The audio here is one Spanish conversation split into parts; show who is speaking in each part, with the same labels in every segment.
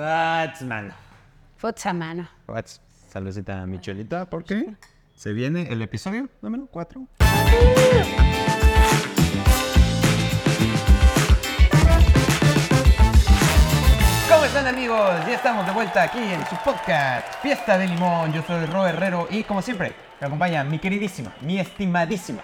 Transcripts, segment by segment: Speaker 1: What's, mano?
Speaker 2: Futs a mano.
Speaker 1: What's. Saludcita a mi cholita, porque se viene el episodio número 4. ¿Cómo están amigos? Ya estamos de vuelta aquí en su podcast Fiesta de Limón. Yo soy Ro Herrero y como siempre me acompaña mi queridísima, mi estimadísima.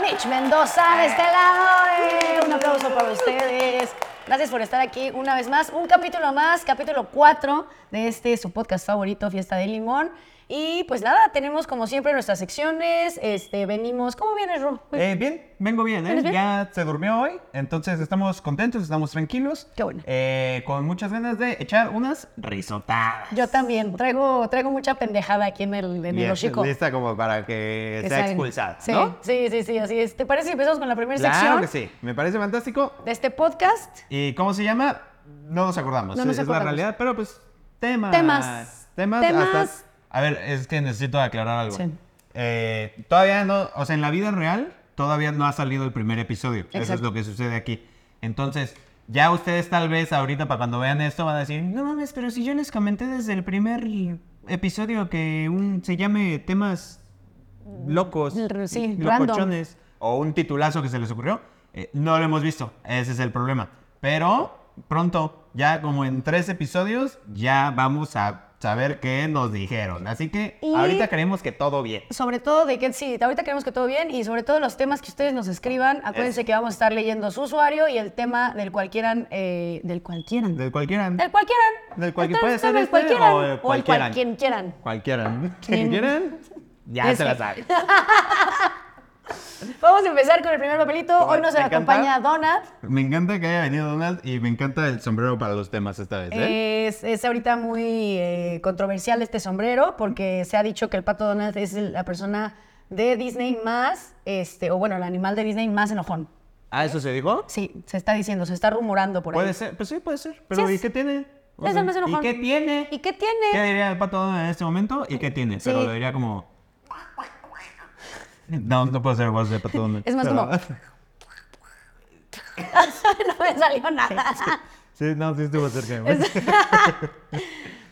Speaker 2: Mitch Mendoza de este lado. eh, Un aplauso para ustedes. Gracias por estar aquí una vez más. Un capítulo más, capítulo 4 de este su podcast favorito, Fiesta de Limón. Y pues nada, tenemos como siempre nuestras secciones. Este, venimos. ¿Cómo vienes, Ru?
Speaker 1: Eh, bien, vengo bien, ¿eh?
Speaker 2: ¿Vienes bien?
Speaker 1: Ya se durmió hoy, entonces estamos contentos, estamos tranquilos.
Speaker 2: Qué bueno.
Speaker 1: Eh, con muchas ganas de echar unas risotadas.
Speaker 2: Yo también. Traigo, traigo mucha pendejada aquí en el, en el
Speaker 1: Bien,
Speaker 2: hocico.
Speaker 1: Lista como para que,
Speaker 2: Que
Speaker 1: sea
Speaker 2: salga.
Speaker 1: expulsada,
Speaker 2: Sí,
Speaker 1: ¿no?
Speaker 2: sí, sí, sí, así es. ¿Te parece si empezamos con la primera
Speaker 1: Claro
Speaker 2: sección
Speaker 1: que sí, me parece fantástico.
Speaker 2: de este podcast?
Speaker 1: ¿Y cómo se llama? No nos acordamos,
Speaker 2: No nos
Speaker 1: es
Speaker 2: acordamos.
Speaker 1: la realidad, pero pues temas.
Speaker 2: Temas.
Speaker 1: Temas.
Speaker 2: Temas.
Speaker 1: hasta- A ver, es que necesito aclarar algo.
Speaker 2: Sí.
Speaker 1: Eh, todavía no, o sea, en la vida real todavía no ha salido el primer episodio. Eso es
Speaker 2: Exacto.
Speaker 1: lo que sucede aquí. Entonces, ya ustedes tal vez ahorita para cuando vean esto van a decir, no mames, pero si yo les comenté desde el primer episodio que un, se llame temas locos,
Speaker 2: R- sí,
Speaker 1: locochones, o un titulazo que se les ocurrió. Eh, no lo hemos visto, ese es el problema. Pero pronto, ya como en tres episodios, ya vamos a saber qué nos dijeron. Así que
Speaker 2: Y-
Speaker 1: ahorita creemos que todo bien.
Speaker 2: Sobre todo de que sí, ahorita queremos que todo bien y sobre todo los temas que ustedes nos escriban. Acuérdense que vamos a estar leyendo su usuario y el tema del cual quieran. eh, del cual quieran.
Speaker 1: Del cualquiera.
Speaker 2: Del cual quieran.
Speaker 1: Del cual-
Speaker 2: Entonces,
Speaker 1: puede
Speaker 2: el
Speaker 1: ser
Speaker 2: del
Speaker 1: este
Speaker 2: cual quieran,
Speaker 1: o el
Speaker 2: o
Speaker 1: cual
Speaker 2: el cual
Speaker 1: quieran.
Speaker 2: quien quieran.
Speaker 1: Cualquiera. ¿Quién quieran? Ya
Speaker 2: Ese.
Speaker 1: se la saben.
Speaker 2: Vamos a empezar con el primer papelito. Hoy nos
Speaker 1: ¿Te encanta?
Speaker 2: acompaña Donat.
Speaker 1: Me encanta que haya venido Donald y me encanta el sombrero para los temas esta vez. ¿eh?
Speaker 2: Es, es ahorita muy eh, controversial este sombrero porque se ha dicho que el pato Donald es el- la persona de Disney más, este, o bueno, el animal de Disney más enojón.
Speaker 1: ah, ¿eso se dijo?
Speaker 2: Sí, se está diciendo, se está rumorando por
Speaker 1: Puede
Speaker 2: ahí.
Speaker 1: ser, pues sí, puede ser. Pero
Speaker 2: Sí,
Speaker 1: ¿y
Speaker 2: es-
Speaker 1: qué tiene? O
Speaker 2: es
Speaker 1: sea,
Speaker 2: el más enojón.
Speaker 1: ¿Y qué tiene?
Speaker 2: ¿Y qué tiene?
Speaker 1: ¿Qué diría el pato Donald en este momento? ¿Y qué tiene? Pero
Speaker 2: Sí.
Speaker 1: lo diría como. No, no puedo hacer voz de pato Donald.
Speaker 2: Es más
Speaker 1: pero-
Speaker 2: como- no me salió nada.
Speaker 1: Sí, no, sí estuvo cerca.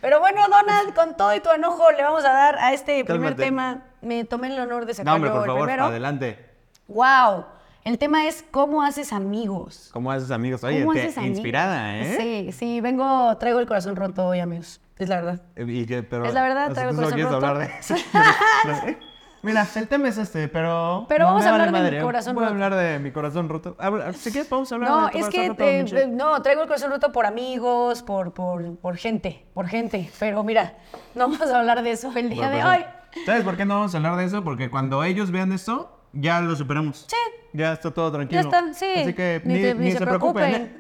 Speaker 2: Pero bueno, Donald, con todo y tu enojo le vamos a dar a este primer
Speaker 1: Cálmate.
Speaker 2: tema. Me tomé el honor de
Speaker 1: No,
Speaker 2: sacarlo
Speaker 1: hombre, por
Speaker 2: el
Speaker 1: favor,
Speaker 2: primero.
Speaker 1: adelante.
Speaker 2: Wow. El tema es cómo haces amigos.
Speaker 1: ¿Cómo haces, amigos? Oye,
Speaker 2: ¿Cómo
Speaker 1: te-
Speaker 2: haces amigos?
Speaker 1: inspirada, ¿eh?
Speaker 2: Sí, sí, vengo, traigo el corazón roto hoy, amigos. Es la verdad.
Speaker 1: Y que- pero,
Speaker 2: Es la verdad,
Speaker 1: o sea,
Speaker 2: traigo
Speaker 1: tú
Speaker 2: el
Speaker 1: solo
Speaker 2: corazón
Speaker 1: quieres
Speaker 2: roto.
Speaker 1: hablar de eso. Mira, el tema es este, pero.
Speaker 2: Pero
Speaker 1: no
Speaker 2: vamos
Speaker 1: me
Speaker 2: a
Speaker 1: vale
Speaker 2: hablar de mi
Speaker 1: madre.
Speaker 2: corazón
Speaker 1: Voy a
Speaker 2: roto.
Speaker 1: hablar de mi corazón roto. Habla- Si quieres, podemos hablar
Speaker 2: No,
Speaker 1: de tu
Speaker 2: es
Speaker 1: corazón
Speaker 2: que
Speaker 1: roto,
Speaker 2: eh,
Speaker 1: Michelle.
Speaker 2: eh, no, traigo el corazón roto por amigos, por, por, por gente, por gente. Pero mira, no vamos a hablar de eso el día de
Speaker 1: Bueno,
Speaker 2: hoy.
Speaker 1: pues, ¿Sabes por qué no vamos a hablar de eso? Porque cuando ellos vean esto, ya lo superamos.
Speaker 2: Sí.
Speaker 1: Ya está todo
Speaker 2: Ya
Speaker 1: tranquilo.
Speaker 2: está, sí.
Speaker 1: Así que ni,
Speaker 2: te-
Speaker 1: ni se, preocupen. ¿eh?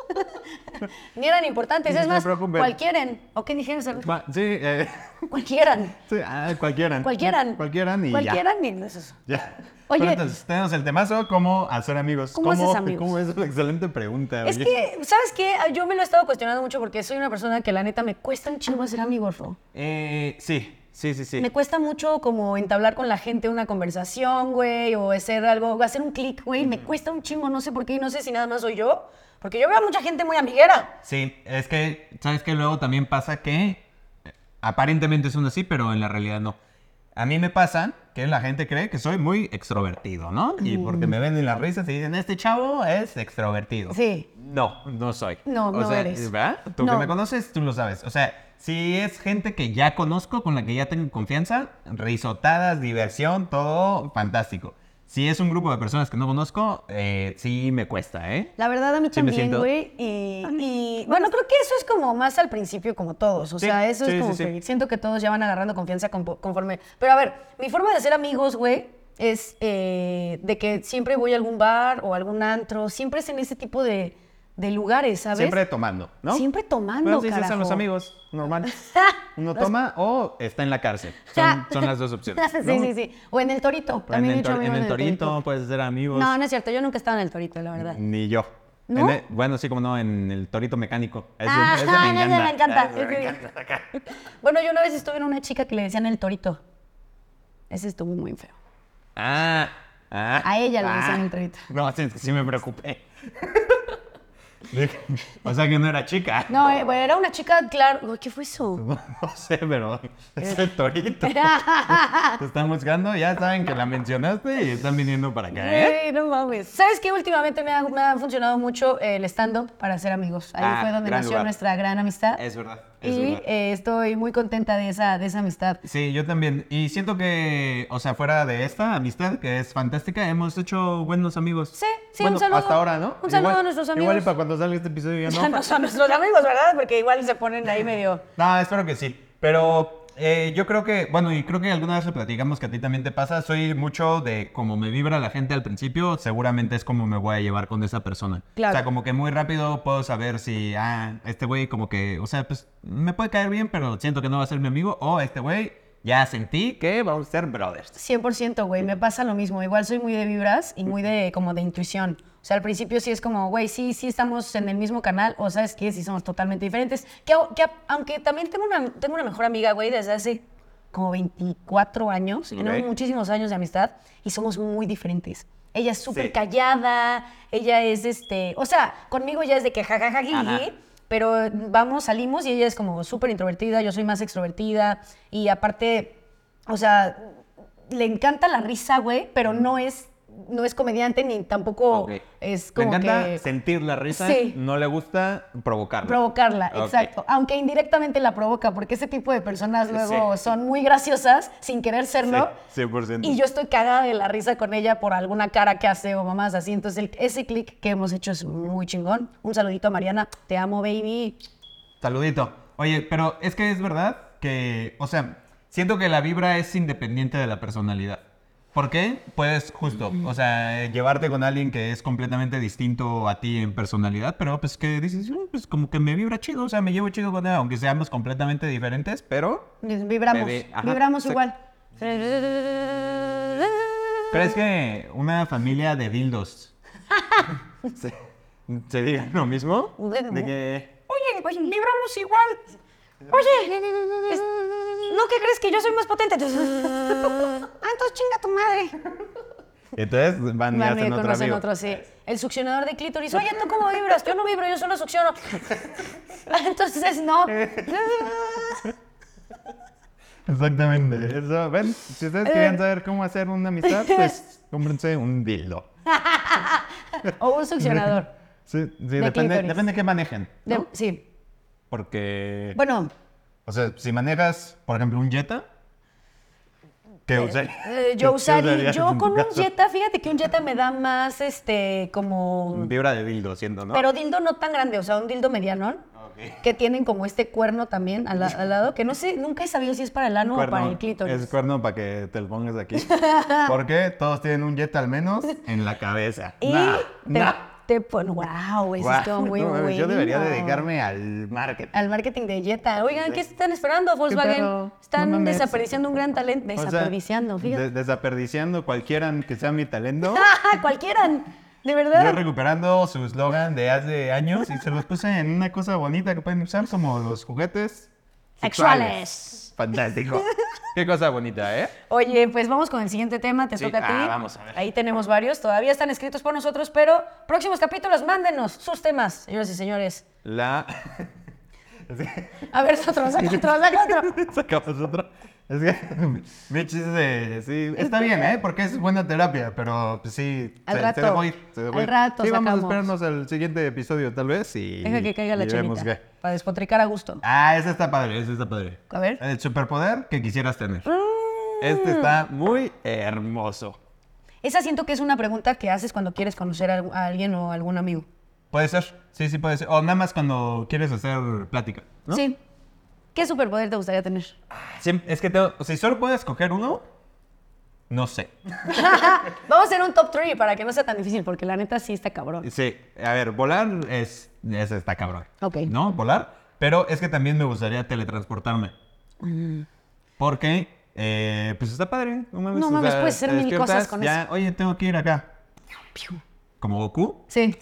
Speaker 2: ni eran importantes,
Speaker 1: Ni
Speaker 2: es
Speaker 1: se
Speaker 2: más,
Speaker 1: preocupen.
Speaker 2: cualquieren. ¿O qué dijeron? Sar?
Speaker 1: Va- Sí, eh,
Speaker 2: Cualquieran.
Speaker 1: sí ah, cualquiera.
Speaker 2: Cualquieran.
Speaker 1: Cualquiera y
Speaker 2: Cualquiera ni eso es-
Speaker 1: ya. ya.
Speaker 2: Oye.
Speaker 1: Pero entonces, tenemos el temazo, ¿cómo hacer amigos?
Speaker 2: ¿Cómo haces amigos?
Speaker 1: cómo es una excelente pregunta.
Speaker 2: Es
Speaker 1: oye.
Speaker 2: que, ¿sabes qué? Ah, Yo me lo he estado cuestionando mucho porque soy una persona que la neta me cuesta un chingo hacer amigos, Ro.
Speaker 1: Eh, sí, sí, sí, sí.
Speaker 2: Me cuesta mucho como entablar con la gente una conversación, güey, o hacer algo, hacer un clic, güey. Me cuesta un chingo, no sé por qué, y no sé si nada más soy yo. Porque yo veo a mucha gente muy amiguera.
Speaker 1: Sí, es que, ¿sabes qué? Luego también pasa que eh, aparentemente son así, pero en la realidad no. A mí me pasa que la gente cree que soy muy extrovertido, ¿no? Y porque me ven en las risas y dicen, este chavo es extrovertido.
Speaker 2: Sí.
Speaker 1: No, no soy.
Speaker 2: No,
Speaker 1: O
Speaker 2: no
Speaker 1: sea,
Speaker 2: eres.
Speaker 1: ¿Verdad? Tú que
Speaker 2: No.
Speaker 1: me conoces, tú lo sabes. O sea, si es gente que ya conozco, con la que ya tengo confianza, risotadas, diversión, todo fantástico. Si es un grupo de personas que no conozco, eh, sí me cuesta, ¿eh?
Speaker 2: La verdad, a mí
Speaker 1: Sí, me
Speaker 2: también,
Speaker 1: siento-
Speaker 2: güey. Y, y, bueno, creo que eso es como más al principio, como todos. O
Speaker 1: Sí,
Speaker 2: sea, eso
Speaker 1: sí,
Speaker 2: es como
Speaker 1: sí, sí.
Speaker 2: que siento que todos ya van agarrando confianza con- conforme. Pero a ver, mi forma de hacer amigos, güey, es eh, de que siempre voy a algún bar o algún antro. Siempre es en ese tipo de, de lugares, ¿sabes?
Speaker 1: Siempre tomando, ¿no?
Speaker 2: Siempre tomando,
Speaker 1: Bueno, sí, esos son
Speaker 2: carajo.
Speaker 1: los amigos, normal. Uno toma o está en la cárcel. Son, son las dos opciones.
Speaker 2: sí,
Speaker 1: ¿no?
Speaker 2: sí, sí. O en el torito.
Speaker 1: Pero En
Speaker 2: También he
Speaker 1: el,
Speaker 2: hecho
Speaker 1: tor- en
Speaker 2: amigos
Speaker 1: el torito pues. Mm. puedes ser amigos.
Speaker 2: No, no es cierto. Yo nunca he estado en el torito, la verdad.
Speaker 1: Ni yo.
Speaker 2: ¿No?
Speaker 1: En el- bueno, sí, como no, en el torito mecánico. Ese-
Speaker 2: Ah,
Speaker 1: ese
Speaker 2: ajá, ese me encanta.
Speaker 1: Ese me encanta.
Speaker 2: Bueno, yo una vez estuve en una chica que le decían el torito. Ese estuvo muy feo.
Speaker 1: Ah, ah,
Speaker 2: A ella le
Speaker 1: ah.
Speaker 2: decían el torito.
Speaker 1: No, sí, es que sí me preocupé. o sea que no era chica.
Speaker 2: No, eh, bueno, era una chica, claro. Uy, ¿Qué fue eso?
Speaker 1: No, sé, pero es el torito.
Speaker 2: Era-
Speaker 1: Te están buscando, ya saben que la mencionaste y están viniendo para acá, ¿eh?
Speaker 2: Güey, no mames. ¿Sabes qué? Últimamente me ha, me ha funcionado mucho el stand-up para ser amigos. Ahí
Speaker 1: Ah,
Speaker 2: fue donde
Speaker 1: gran
Speaker 2: nació
Speaker 1: lugar.
Speaker 2: nuestra gran amistad.
Speaker 1: Es verdad, es
Speaker 2: y
Speaker 1: verdad.
Speaker 2: eh, estoy muy contenta de esa, de esa amistad.
Speaker 1: Sí, yo también. Y siento que, o sea, fuera de esta amistad que es fantástica, hemos hecho buenos amigos.
Speaker 2: Sí, sí,
Speaker 1: Bueno,
Speaker 2: un saludo.
Speaker 1: Hasta ahora, ¿no?
Speaker 2: Un saludo
Speaker 1: Igual-
Speaker 2: a nuestros amigos.
Speaker 1: Igual y para cuando salga este episodio ya
Speaker 2: Ya
Speaker 1: no.
Speaker 2: no son nuestros amigos, ¿verdad? Porque igual se ponen ahí medio...
Speaker 1: No, espero que sí. Pero eh, yo creo que, bueno, y creo que alguna vez lo platicamos que a ti también te pasa. Soy mucho de como me vibra la gente al principio, seguramente es como me voy a llevar con esa persona.
Speaker 2: Claro.
Speaker 1: O sea, como que muy rápido puedo saber si, ah, este güey como que, o sea, pues me puede caer bien, pero siento que no va a ser mi amigo. O este güey ya sentí que vamos a ser brothers.
Speaker 2: 100%, güey, me pasa lo mismo. Igual soy muy de vibras y muy de como de intuición. O sea, al principio sí es como, güey, sí, sí estamos en el mismo canal, o sabes que sí somos totalmente diferentes. Que, au- que a- aunque también tengo una, tengo una mejor amiga, güey, desde hace como 24 años. y Tenemos
Speaker 1: Ok.
Speaker 2: muchísimos años de amistad y somos muy diferentes. Ella es súper
Speaker 1: Sí.
Speaker 2: callada, ella es este, o sea, conmigo ya es de que jajaja,
Speaker 1: Ajá.
Speaker 2: pero vamos, salimos y ella es como súper introvertida, yo soy más extrovertida y aparte, o sea, le encanta la risa, güey, pero no es, no es comediante ni tampoco
Speaker 1: Ok.
Speaker 2: es
Speaker 1: Le
Speaker 2: como
Speaker 1: encanta
Speaker 2: que
Speaker 1: sentir la risa,
Speaker 2: Sí.
Speaker 1: no le gusta provocarla.
Speaker 2: provocarla,
Speaker 1: Ok.
Speaker 2: exacto. Aunque indirectamente la provoca, porque ese tipo de personas
Speaker 1: Sí.
Speaker 2: luego son muy graciosas sin querer serlo.
Speaker 1: Sí, 100%.
Speaker 2: Y yo estoy cagada de la risa con ella por alguna cara que hace o mamás así. Entonces, el- ese clic que hemos hecho es muy chingón. Un saludito a Mariana. Te amo, baby.
Speaker 1: Saludito. Oye, pero es que es verdad que, o sea, siento que la vibra es independiente de la personalidad. ¿Por qué? Puedes justo, o sea, llevarte con alguien que es completamente distinto a ti en personalidad, pero pues que dices, "Mm, pues como que me vibra chido, o sea, me llevo chido con él, aunque seamos completamente diferentes, pero...
Speaker 2: Les Vibramos.
Speaker 1: Bebé, ajá,
Speaker 2: Vibramos
Speaker 1: exacto.
Speaker 2: igual.
Speaker 1: ¿Crees que una familia de dildos se, se digan lo mismo? De que...
Speaker 2: Oye, oye, vibramos igual. Oye, es- ¿no que crees que yo soy más potente? ah, entonces chinga tu madre.
Speaker 1: Entonces van y
Speaker 2: Van y
Speaker 1: hacen otra
Speaker 2: conocen
Speaker 1: vibra.
Speaker 2: otro, sí. El succionador de clítoris. Oye, ¿tú cómo vibras? Yo no vibro, yo solo succiono. Ah, Entonces, no.
Speaker 1: Exactamente. Eso, ven, si ustedes
Speaker 2: Eh.
Speaker 1: quieren saber cómo hacer una amistad, pues cómprense un dildo.
Speaker 2: O un succionador.
Speaker 1: Sí, sí,
Speaker 2: De
Speaker 1: depende,
Speaker 2: clítoris.
Speaker 1: depende de qué manejen.
Speaker 2: De- Sí.
Speaker 1: Porque,
Speaker 2: Bueno,
Speaker 1: o sea, si manejas, por ejemplo, un Jetta, ¿qué usarías?
Speaker 2: eh,
Speaker 1: ¿Qué
Speaker 2: yo usaría.
Speaker 1: usarías en
Speaker 2: Yo
Speaker 1: tu
Speaker 2: con un
Speaker 1: caso?
Speaker 2: Jetta, fíjate que un Jetta me da más este, como.
Speaker 1: Vibra de dildo, siento, ¿no?
Speaker 2: Pero dildo no tan grande, o sea, un dildo medianón.
Speaker 1: Ok.
Speaker 2: Que tienen como este cuerno también al, la- al lado, que no sé, nunca he sabido si es para el ano o para el clítoris.
Speaker 1: Es cuerno para que te lo pongas aquí. Porque todos tienen un Jetta al menos en la cabeza.
Speaker 2: Y
Speaker 1: Nah,
Speaker 2: te,
Speaker 1: nah.
Speaker 2: te pon- wow, güey, eso
Speaker 1: Guau,
Speaker 2: estuvo muy
Speaker 1: no mames,
Speaker 2: bueno. Ah,
Speaker 1: yo debería dedicarme al marketing.
Speaker 2: al marketing de Jetta. Oigan, ¿qué están esperando,
Speaker 1: pedo?
Speaker 2: Volkswagen? Están
Speaker 1: No mames.
Speaker 2: desperdiciando un gran talento.
Speaker 1: O sea,
Speaker 2: Desperdiciando,
Speaker 1: de-
Speaker 2: fíjate. ¡Ah,
Speaker 1: desaperdiciando cualquiera que sea mi talento.
Speaker 2: Cualquiera, de
Speaker 1: Yo
Speaker 2: verdad.
Speaker 1: recuperando su eslogan de hace años y se los puse en una cosa bonita que pueden usar como los juguetes
Speaker 2: Sexuales.
Speaker 1: Fantástico. Qué cosa bonita, ¿eh?
Speaker 2: Oye, pues vamos con el siguiente tema, te
Speaker 1: Sí,
Speaker 2: toca a ti.
Speaker 1: ah, vamos a ver.
Speaker 2: Ahí tenemos varios, todavía están escritos por nosotros, pero próximos capítulos, mándenos sus temas, señoras y señores.
Speaker 1: La.
Speaker 2: A ver, otro, saca otro, saca otro.
Speaker 1: Sacamos otro. Es que Mitch es de- sí, está bien, ¿eh? Porque es buena terapia, pero pues, sí,
Speaker 2: Al
Speaker 1: se,
Speaker 2: rato.
Speaker 1: se dejó ir. se dejó
Speaker 2: Al
Speaker 1: ir.
Speaker 2: rato
Speaker 1: Sí, vamos a
Speaker 2: sacamos.
Speaker 1: esperarnos al siguiente episodio, tal vez, y...
Speaker 2: Deja que caiga la
Speaker 1: y vemos
Speaker 2: chelita,
Speaker 1: qué.
Speaker 2: para despotricar a gusto.
Speaker 1: Ah, ese está padre, ese está padre.
Speaker 2: A ver.
Speaker 1: El superpoder que quisieras tener.
Speaker 2: Ah.
Speaker 1: Este está muy hermoso.
Speaker 2: Esa siento que es una pregunta que haces cuando quieres conocer a, a alguien o algún amigo.
Speaker 1: Puede ser, sí, sí puede ser. O nada más cuando quieres hacer plática, ¿no?
Speaker 2: Sí. ¿Qué superpoder te gustaría tener?
Speaker 1: Siem- es que tengo- si solo puedes escoger uno, no sé.
Speaker 2: Vamos a hacer un top 3 para que no sea tan difícil, porque la neta sí está cabrón.
Speaker 1: Sí, a ver, volar es, es está cabrón.
Speaker 2: Ok.
Speaker 1: ¿No? Volar. Pero es que también me gustaría teletransportarme.
Speaker 2: Mm.
Speaker 1: Porque, eh, pues está padre. No mames,
Speaker 2: No
Speaker 1: o
Speaker 2: mames,
Speaker 1: sea,
Speaker 2: puedes hacer
Speaker 1: te
Speaker 2: mil
Speaker 1: despiertas,
Speaker 2: cosas con
Speaker 1: ya, Oye, tengo que ir acá. Como Goku.
Speaker 2: Sí.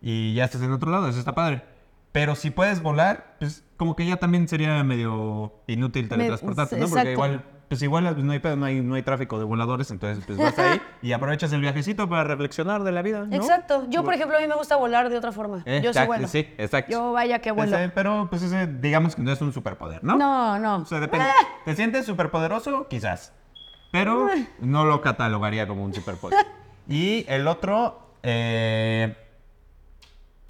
Speaker 1: y ya estás en otro lado, eso está padre. Pero si puedes volar, pues como que ya también sería medio inútil teletransportarte, ¿no? Porque
Speaker 2: exacto.
Speaker 1: igual pues igual pues, no hay pedo, no hay, no hay tráfico de voladores, entonces pues vas ahí y aprovechas el viajecito para reflexionar de la vida, ¿no?
Speaker 2: Exacto. Yo, por ejemplo, a mí me gusta volar de otra forma.
Speaker 1: Eh,
Speaker 2: Yo
Speaker 1: tac-
Speaker 2: sí vuelo.
Speaker 1: Sí, exacto.
Speaker 2: Yo vaya que vuelo.
Speaker 1: Ese, pero pues ese, digamos que no es un superpoder, ¿no?
Speaker 2: No, no.
Speaker 1: O sea, depende.
Speaker 2: Ah,
Speaker 1: ¿Te sientes superpoderoso? Quizás. Pero
Speaker 2: Eh.
Speaker 1: no lo catalogaría como un superpoder. Y el otro, eh,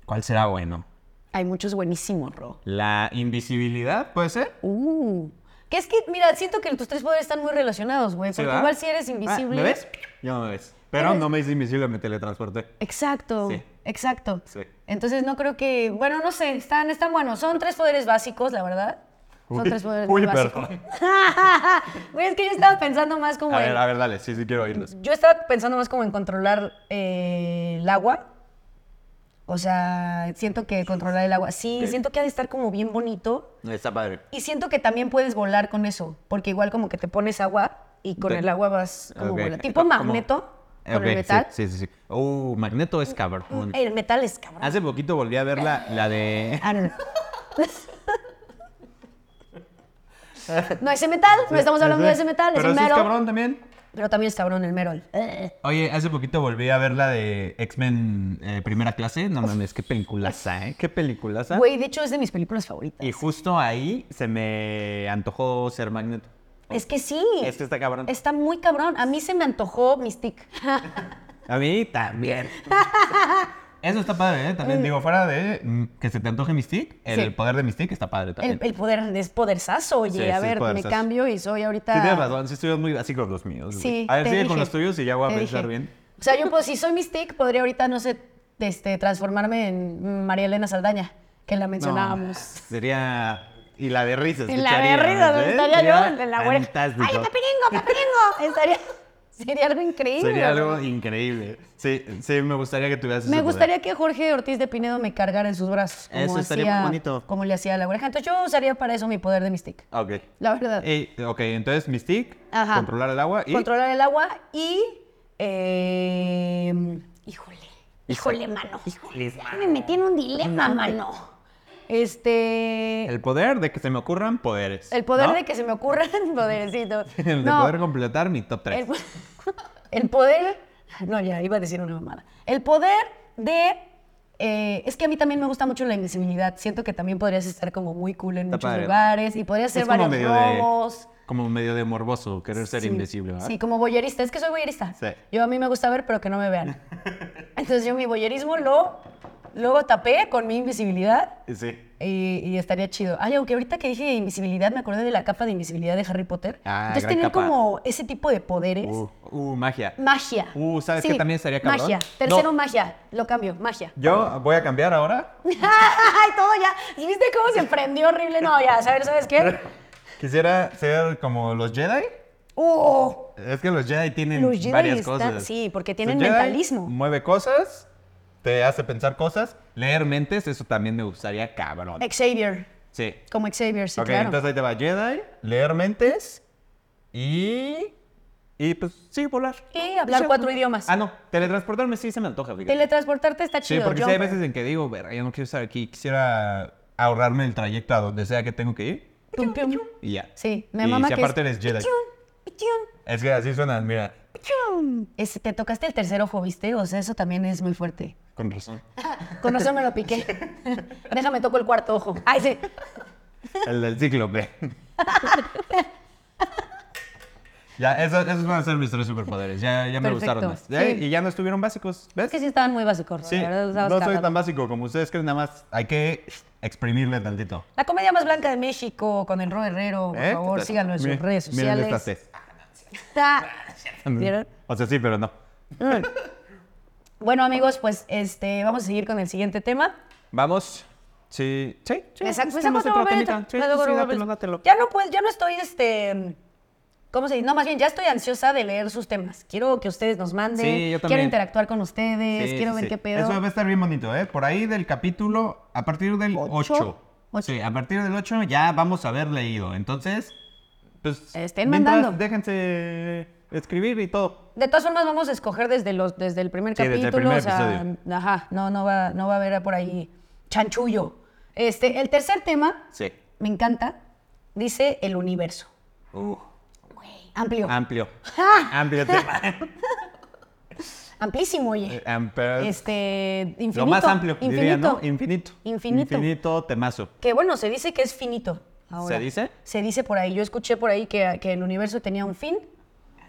Speaker 1: ¿cuál será bueno?
Speaker 2: Hay muchos buenísimos, Ro.
Speaker 1: ¿La invisibilidad puede ser?
Speaker 2: Uh. Que es que, mira, siento que tus tres poderes están muy relacionados, güey.
Speaker 1: Sí,
Speaker 2: Porque
Speaker 1: ¿verdad?
Speaker 2: igual si eres
Speaker 1: Ah,
Speaker 2: invisible. Eh.
Speaker 1: ¿Me ves? Yo no me ves. Pero
Speaker 2: Eres-
Speaker 1: no me hice invisible, me teletransporté.
Speaker 2: Exacto,
Speaker 1: Sí.
Speaker 2: exacto.
Speaker 1: Sí.
Speaker 2: Entonces no creo que, bueno, no sé, están, están buenos. Son tres poderes básicos, la verdad. Son
Speaker 1: Uy,
Speaker 2: tres poderes
Speaker 1: uy,
Speaker 2: muy básicos.
Speaker 1: perdón.
Speaker 2: Güey, es que yo estaba pensando más como
Speaker 1: A
Speaker 2: en,
Speaker 1: ver, a ver, dale, sí, sí quiero oírlos.
Speaker 2: yo estaba pensando más como en controlar eh, el agua. O sea, siento que controlar el agua. Sí,
Speaker 1: Ok.
Speaker 2: siento que ha de estar como bien bonito.
Speaker 1: Está padre.
Speaker 2: Y siento que también puedes volar con eso, porque igual como que te pones agua y con
Speaker 1: Te-
Speaker 2: el agua vas como
Speaker 1: Ok. Ah,
Speaker 2: volando. Tipo
Speaker 1: Como-
Speaker 2: magneto con
Speaker 1: Ok,
Speaker 2: el
Speaker 1: sí,
Speaker 2: metal. Uh,
Speaker 1: Sí, sí, sí. Uh, Magneto es cabrón.
Speaker 2: El metal es cabrón.
Speaker 1: Hace poquito volví a ver la, la de...
Speaker 2: Ah, no, no. No, ese metal, no estamos hablando de ese metal, es
Speaker 1: Pero
Speaker 2: el
Speaker 1: ese es
Speaker 2: merol.
Speaker 1: cabrón también.
Speaker 2: Pero también es cabrón el merol. Eh.
Speaker 1: Oye, hace poquito volví a ver la de X-Men eh, Primera Clase. No mames, qué peliculaza, ¿eh? Qué peliculaza.
Speaker 2: Güey, de hecho es de mis películas favoritas.
Speaker 1: Y justo ahí se me antojó ser Magneto.
Speaker 2: Es que sí.
Speaker 1: Es que está cabrón.
Speaker 2: Está muy cabrón. A mí se me antojó Mystic.
Speaker 1: A mí también. Eso está padre, ¿eh? También digo, fuera de mm, que se te antoje Mystique, el
Speaker 2: Sí.
Speaker 1: poder de Mystique está padre también.
Speaker 2: El, el poder es poderzazo, oye.
Speaker 1: Sí, sí,
Speaker 2: a
Speaker 1: es
Speaker 2: ver, me
Speaker 1: poderzazo.
Speaker 2: cambio y soy ahorita.
Speaker 1: Sí, tienes razón, sí estuvieron muy básicos los míos. güey.
Speaker 2: Sí.
Speaker 1: A ver,
Speaker 2: te
Speaker 1: sigue con
Speaker 2: dije,
Speaker 1: los tuyos y ya voy a
Speaker 2: te
Speaker 1: pensar
Speaker 2: dije.
Speaker 1: bien.
Speaker 2: O sea, yo pues, si soy Mystic, podría ahorita, no sé, este, transformarme en María Elena Saldaña, que la
Speaker 1: No,
Speaker 2: mencionábamos.
Speaker 1: sería. Y la de risas.
Speaker 2: En la berrida,
Speaker 1: ¿eh?
Speaker 2: ¿dónde estaría yo? En la huelga. ¡Ay,
Speaker 1: Fantástico.
Speaker 2: papiringo, papiringo! Estaría, sería algo increíble.
Speaker 1: Sería algo increíble. Sí, sí, me gustaría que tuvieras ese
Speaker 2: Me
Speaker 1: poder.
Speaker 2: gustaría que Jorge Ortiz de Pinedo me cargara en sus brazos. Como
Speaker 1: Eso estaría muy
Speaker 2: hacía-
Speaker 1: bonito.
Speaker 2: Como le hacía a la oreja. Entonces yo usaría para eso mi poder de Mystic.
Speaker 1: Ok.
Speaker 2: La verdad.
Speaker 1: Eh, ok, entonces Mystique,
Speaker 2: Ajá.
Speaker 1: controlar el agua y.
Speaker 2: Controlar el agua y... eh, híjole. Híjole, mano. Me metí en un dilema, mano. Este...
Speaker 1: El poder de que se me ocurran poderes.
Speaker 2: El poder
Speaker 1: ¿no?
Speaker 2: de que se me ocurran poderecitos.
Speaker 1: El de
Speaker 2: No,
Speaker 1: poder completar mi top 3.
Speaker 2: El, po- el poder. No, ya, iba a decir una mamada. El poder de. eh, es que a mí también me gusta mucho la invisibilidad. Siento que también podrías estar como muy cool en
Speaker 1: Está
Speaker 2: muchos
Speaker 1: padre.
Speaker 2: lugares y podrías hacer
Speaker 1: es como
Speaker 2: varios
Speaker 1: medio,
Speaker 2: robos.
Speaker 1: de, como medio de morboso querer ser
Speaker 2: Sí.
Speaker 1: invisible, ¿verdad?
Speaker 2: Sí, como boyerista. Es que soy boyerista.
Speaker 1: Sí.
Speaker 2: Yo a mí me gusta ver, pero que no me vean. Entonces yo mi boyerismo lo, luego tapé con mi invisibilidad.
Speaker 1: Sí.
Speaker 2: Y, y estaría chido. Ay, aunque ahorita que dije invisibilidad, me acordé de la capa de invisibilidad de Harry Potter.
Speaker 1: Ah,
Speaker 2: Entonces,
Speaker 1: gran
Speaker 2: tener
Speaker 1: capa.
Speaker 2: como ese tipo de poderes.
Speaker 1: Uh, uh, magia.
Speaker 2: Magia.
Speaker 1: Uh, ¿sabes qué también estaría cabrón?
Speaker 2: Magia. Tercero,
Speaker 1: No.
Speaker 2: magia. Lo cambio, magia.
Speaker 1: Yo voy a cambiar ahora.
Speaker 2: ¡Ay, todo ya! ¿Viste cómo se prendió horrible? No, ya, a ver, ¿sabes qué?
Speaker 1: Quisiera ser como los Jedi.
Speaker 2: ¡Uh!
Speaker 1: Es que los Jedi tienen
Speaker 2: Los Jedi
Speaker 1: varias
Speaker 2: están-
Speaker 1: cosas.
Speaker 2: sí, porque tienen
Speaker 1: Los Jedi
Speaker 2: mentalismo.
Speaker 1: Mueve cosas, te hace pensar cosas, leer mentes, eso también me gustaría, cabrón.
Speaker 2: Xavier.
Speaker 1: Sí.
Speaker 2: Como Xavier, Eh, sí,
Speaker 1: ok,
Speaker 2: claro.
Speaker 1: entonces ahí te va Jedi, leer mentes y. Y pues sí, volar.
Speaker 2: Y hablar
Speaker 1: Sí.
Speaker 2: cuatro idiomas.
Speaker 1: Ah, no, teletransportarme sí se me antoja, fíjate.
Speaker 2: Teletransportarte está
Speaker 1: Sí,
Speaker 2: chido.
Speaker 1: porque sí hay
Speaker 2: Jumper.
Speaker 1: veces en que digo, verga, yo no quiero estar aquí, quisiera ahorrarme el trayecto a donde sea que tengo que ir
Speaker 2: Pum, pum.
Speaker 1: y ya.
Speaker 2: Sí, me
Speaker 1: y
Speaker 2: mama
Speaker 1: si
Speaker 2: que
Speaker 1: aparte
Speaker 2: es-
Speaker 1: eres Jedi.
Speaker 2: Pichun, pichun,
Speaker 1: Es que así suenan, mira,
Speaker 2: pichun. Ese, te tocaste el tercer ojo, ¿viste? O sea, eso también es muy fuerte.
Speaker 1: con razón.
Speaker 2: Con razón me lo piqué. Déjame toco el cuarto ojo. Ay, sí.
Speaker 1: El del cíclope. ya, esos, esos van a ser mis tres superpoderes. Ya, ya me
Speaker 2: Perfecto.
Speaker 1: gustaron más. Ya,
Speaker 2: Sí.
Speaker 1: Y ya no estuvieron básicos,
Speaker 2: Es
Speaker 1: ¿ves?
Speaker 2: que sí estaban muy básicos.
Speaker 1: Sí,
Speaker 2: la verdad,
Speaker 1: no
Speaker 2: estabas
Speaker 1: soy
Speaker 2: cagado.
Speaker 1: tan básico como ustedes creen, nada más hay que exprimirle tantito.
Speaker 2: La comedia más blanca de México con el Ro Herrero. Por
Speaker 1: ¿Eh? ¿Qué
Speaker 2: favor,
Speaker 1: tal?
Speaker 2: síganlo en sus
Speaker 1: Miren- este.
Speaker 2: redes
Speaker 1: miren
Speaker 2: sociales.
Speaker 1: estas tres. Ah,
Speaker 2: Ta- ¿Vieron?
Speaker 1: O sea, sí, pero no.
Speaker 2: Bueno, amigos, pues este, vamos a seguir con el siguiente tema.
Speaker 1: Vamos. Sí, sí. sí. este
Speaker 2: Me saco- me
Speaker 1: sí,
Speaker 2: saco
Speaker 1: no sé,
Speaker 2: otro
Speaker 1: pero
Speaker 2: papelito.
Speaker 1: temita. Sí,
Speaker 2: Me
Speaker 1: sí,
Speaker 2: saco
Speaker 1: sí,
Speaker 2: otro
Speaker 1: dátelo,
Speaker 2: papelito.
Speaker 1: dátelo.
Speaker 2: Ya no pues, ya no estoy este ¿Cómo se dice? No, más bien, ya estoy ansiosa de leer sus temas. Quiero que ustedes nos manden.
Speaker 1: Sí, yo
Speaker 2: Quiero
Speaker 1: también.
Speaker 2: interactuar con ustedes.
Speaker 1: Sí,
Speaker 2: quiero
Speaker 1: sí,
Speaker 2: ver
Speaker 1: sí.
Speaker 2: qué pedo.
Speaker 1: Eso va a estar bien bonito, ¿eh? Por ahí del capítulo, a partir del
Speaker 2: ¿Ocho?
Speaker 1: 8.
Speaker 2: Ocho.
Speaker 1: Sí, a partir del 8 ya vamos a haber leído. Entonces, pues.
Speaker 2: Estén
Speaker 1: mientras,
Speaker 2: mandando.
Speaker 1: Déjense escribir y todo.
Speaker 2: De todas formas, vamos a escoger desde, los, desde el primer
Speaker 1: Sí,
Speaker 2: capítulo.
Speaker 1: desde el primer
Speaker 2: o sea,
Speaker 1: episodio.
Speaker 2: Ajá, no, no, va, no va a haber por ahí chanchullo. Este, el tercer tema
Speaker 1: Sí.
Speaker 2: me encanta. Dice el universo.
Speaker 1: Uh.
Speaker 2: Güey, Amplio. ¡Ah!
Speaker 1: Amplio. Amplio tema.
Speaker 2: Amplísimo, oye.
Speaker 1: Am- pero
Speaker 2: Este, infinito.
Speaker 1: lo más amplio,
Speaker 2: infinito.
Speaker 1: diría, ¿no? Infinito.
Speaker 2: Infinito.
Speaker 1: Infinito temazo.
Speaker 2: Que bueno, se dice que es finito. ahora.
Speaker 1: ¿Se dice?
Speaker 2: Se dice por ahí. Yo escuché por ahí que, que el universo tenía un fin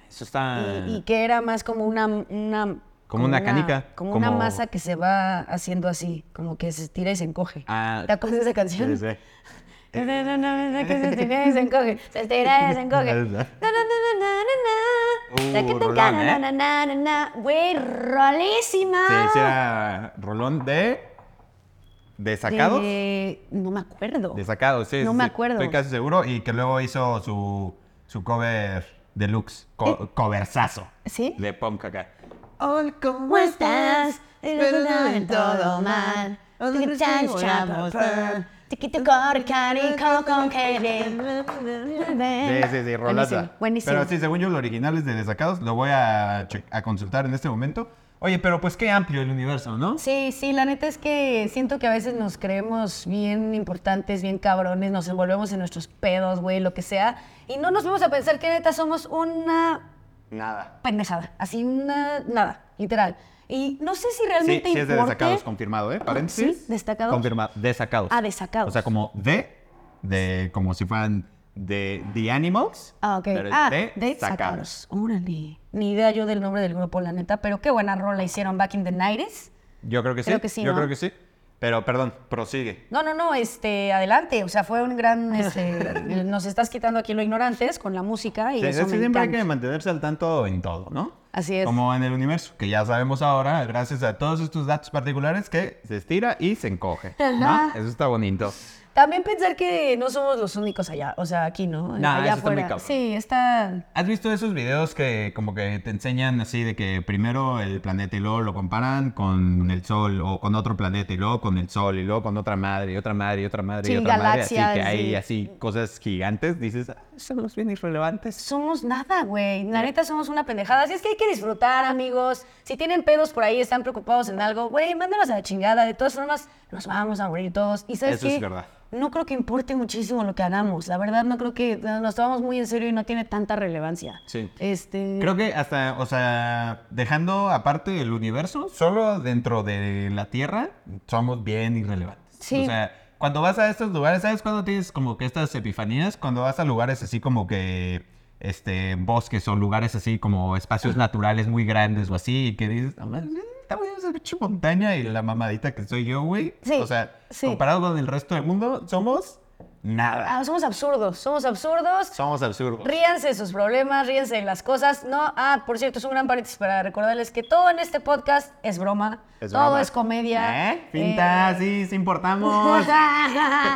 Speaker 1: Eso está...
Speaker 2: y, y que era más como una. una-
Speaker 1: Ah. Como una canica,
Speaker 2: Como, una
Speaker 1: como-
Speaker 2: masa que se va haciendo así, como que se estira y se encoge.
Speaker 1: Ah,
Speaker 2: ¿Te acuerdas de esa canción?
Speaker 1: Sí, sí.
Speaker 2: Na, na, na, na, na, que se estira y se encoge. Se estira y se encoge. Na, na, na, na, na, na.
Speaker 1: Uh,
Speaker 2: Taquita en
Speaker 1: rolón,
Speaker 2: cara,
Speaker 1: ¿eh?
Speaker 2: na, na, na, na. Güey, rolísima.
Speaker 1: Se decía rolón de... ¿De sacados?
Speaker 2: De- No me acuerdo.
Speaker 1: De sacados, sí.
Speaker 2: No
Speaker 1: sí,
Speaker 2: me
Speaker 1: sí.
Speaker 2: acuerdo.
Speaker 1: Estoy casi seguro. Y que luego hizo su, su cover deluxe.
Speaker 2: Eh.
Speaker 1: Co Coversazo.
Speaker 2: ¿Sí?
Speaker 1: De punk acá.
Speaker 2: Hola, ¿cómo estás? Pues en todo mal. Tiquito corre, carico, con que
Speaker 1: Sí, sí, sí, rolada.
Speaker 2: Eh, Buenísimo, buenísimo.
Speaker 1: Pero sí, según yo, el original es de Desacados. Lo voy a, che- a consultar en este momento. Oye, pero pues qué amplio el universo, ¿no?
Speaker 2: Sí, sí, la neta es que siento que a veces nos creemos bien importantes, bien cabrones, nos envolvemos en nuestros pedos, güey, lo que sea, y no nos vamos a pensar que neta somos una
Speaker 1: Nada.
Speaker 2: pendejada, así una nada, literal. Y no sé
Speaker 1: Sí,
Speaker 2: si realmente
Speaker 1: sí es de
Speaker 2: importe- Ah,
Speaker 1: Desacados, confirmado, ¿eh? Paréntesis.
Speaker 2: Sí, ¿Destacados?
Speaker 1: Confirmado, Desacados.
Speaker 2: Ah, Desacados.
Speaker 1: O sea, como de, de, como si fueran de The Animals.
Speaker 2: Ah, ok.
Speaker 1: pero es
Speaker 2: ah,
Speaker 1: de
Speaker 2: de
Speaker 1: Sacados.
Speaker 2: Sacados. Órale. Ni idea yo del nombre del grupo, la neta, pero qué buena rola hicieron back in the 90s.
Speaker 1: Yo creo que sí.
Speaker 2: Creo que sí,
Speaker 1: Yo
Speaker 2: ¿no?
Speaker 1: creo que sí. Pero, perdón, prosigue.
Speaker 2: No, no, no, este, adelante. O sea, fue un gran, este, nos estás quitando aquí lo ignorantes con la música y
Speaker 1: Sí,
Speaker 2: eso
Speaker 1: es que
Speaker 2: me
Speaker 1: siempre hay que
Speaker 2: encanta.
Speaker 1: mantenerse al tanto en todo, ¿no?
Speaker 2: Así es.
Speaker 1: Como en el universo, que ya sabemos ahora, gracias a todos estos datos particulares, que se estira y se encoge. ¿no?
Speaker 2: Ajá.
Speaker 1: Eso está bonito.
Speaker 2: También pensar que no somos los únicos allá, o sea, aquí, ¿no?
Speaker 1: Nah,
Speaker 2: allá
Speaker 1: eso está muy cabrón.
Speaker 2: sí, está.
Speaker 1: ¿Has visto esos videos que como que te enseñan así de que primero el planeta y luego lo comparan con el sol o con otro planeta y luego con el sol y luego con otra madre y otra madre y otra madre y
Speaker 2: Sí,
Speaker 1: otra madre? Así que
Speaker 2: galaxias y-
Speaker 1: hay así cosas gigantes. Dices, "Ah, son los bien irrelevantes.
Speaker 2: Somos nada, güey. La neta somos una pendejada. Así es que hay que disfrutar, amigos. Si tienen pedos por ahí, están preocupados en algo, güey, mándanos a la chingada. De todas formas, nos vamos a morir todos. Y sabes
Speaker 1: Eso es
Speaker 2: qué?
Speaker 1: verdad.
Speaker 2: No creo que importe muchísimo lo que hagamos. La verdad, no creo que nos tomamos muy en serio y no tiene tanta relevancia.
Speaker 1: Sí.
Speaker 2: Este.
Speaker 1: Creo que hasta, o sea, dejando aparte el universo, solo dentro de la Tierra somos bien irrelevantes.
Speaker 2: Sí.
Speaker 1: O sea, cuando vas a estos lugares, ¿sabes cuando tienes como que estas epifanías? Cuando vas a lugares así como que, este, bosques o lugares así como espacios naturales muy grandes o así, y que dices, "No mames, esta güey es una pinche montaña y la mamadita que soy yo, güey.
Speaker 2: Sí,
Speaker 1: O sea,
Speaker 2: sí.
Speaker 1: comparado con el resto del mundo, somos nada.
Speaker 2: Ah, somos absurdos, somos absurdos.
Speaker 1: Somos absurdos.
Speaker 2: Ríanse de sus problemas, ríanse de las cosas. No, ah, por cierto, es un gran paréntesis para recordarles que todo en este podcast es broma.
Speaker 1: Es
Speaker 2: todo
Speaker 1: broma.
Speaker 2: es comedia.
Speaker 1: ¿Eh? Finta,
Speaker 2: Eh,
Speaker 1: sí, sí importamos.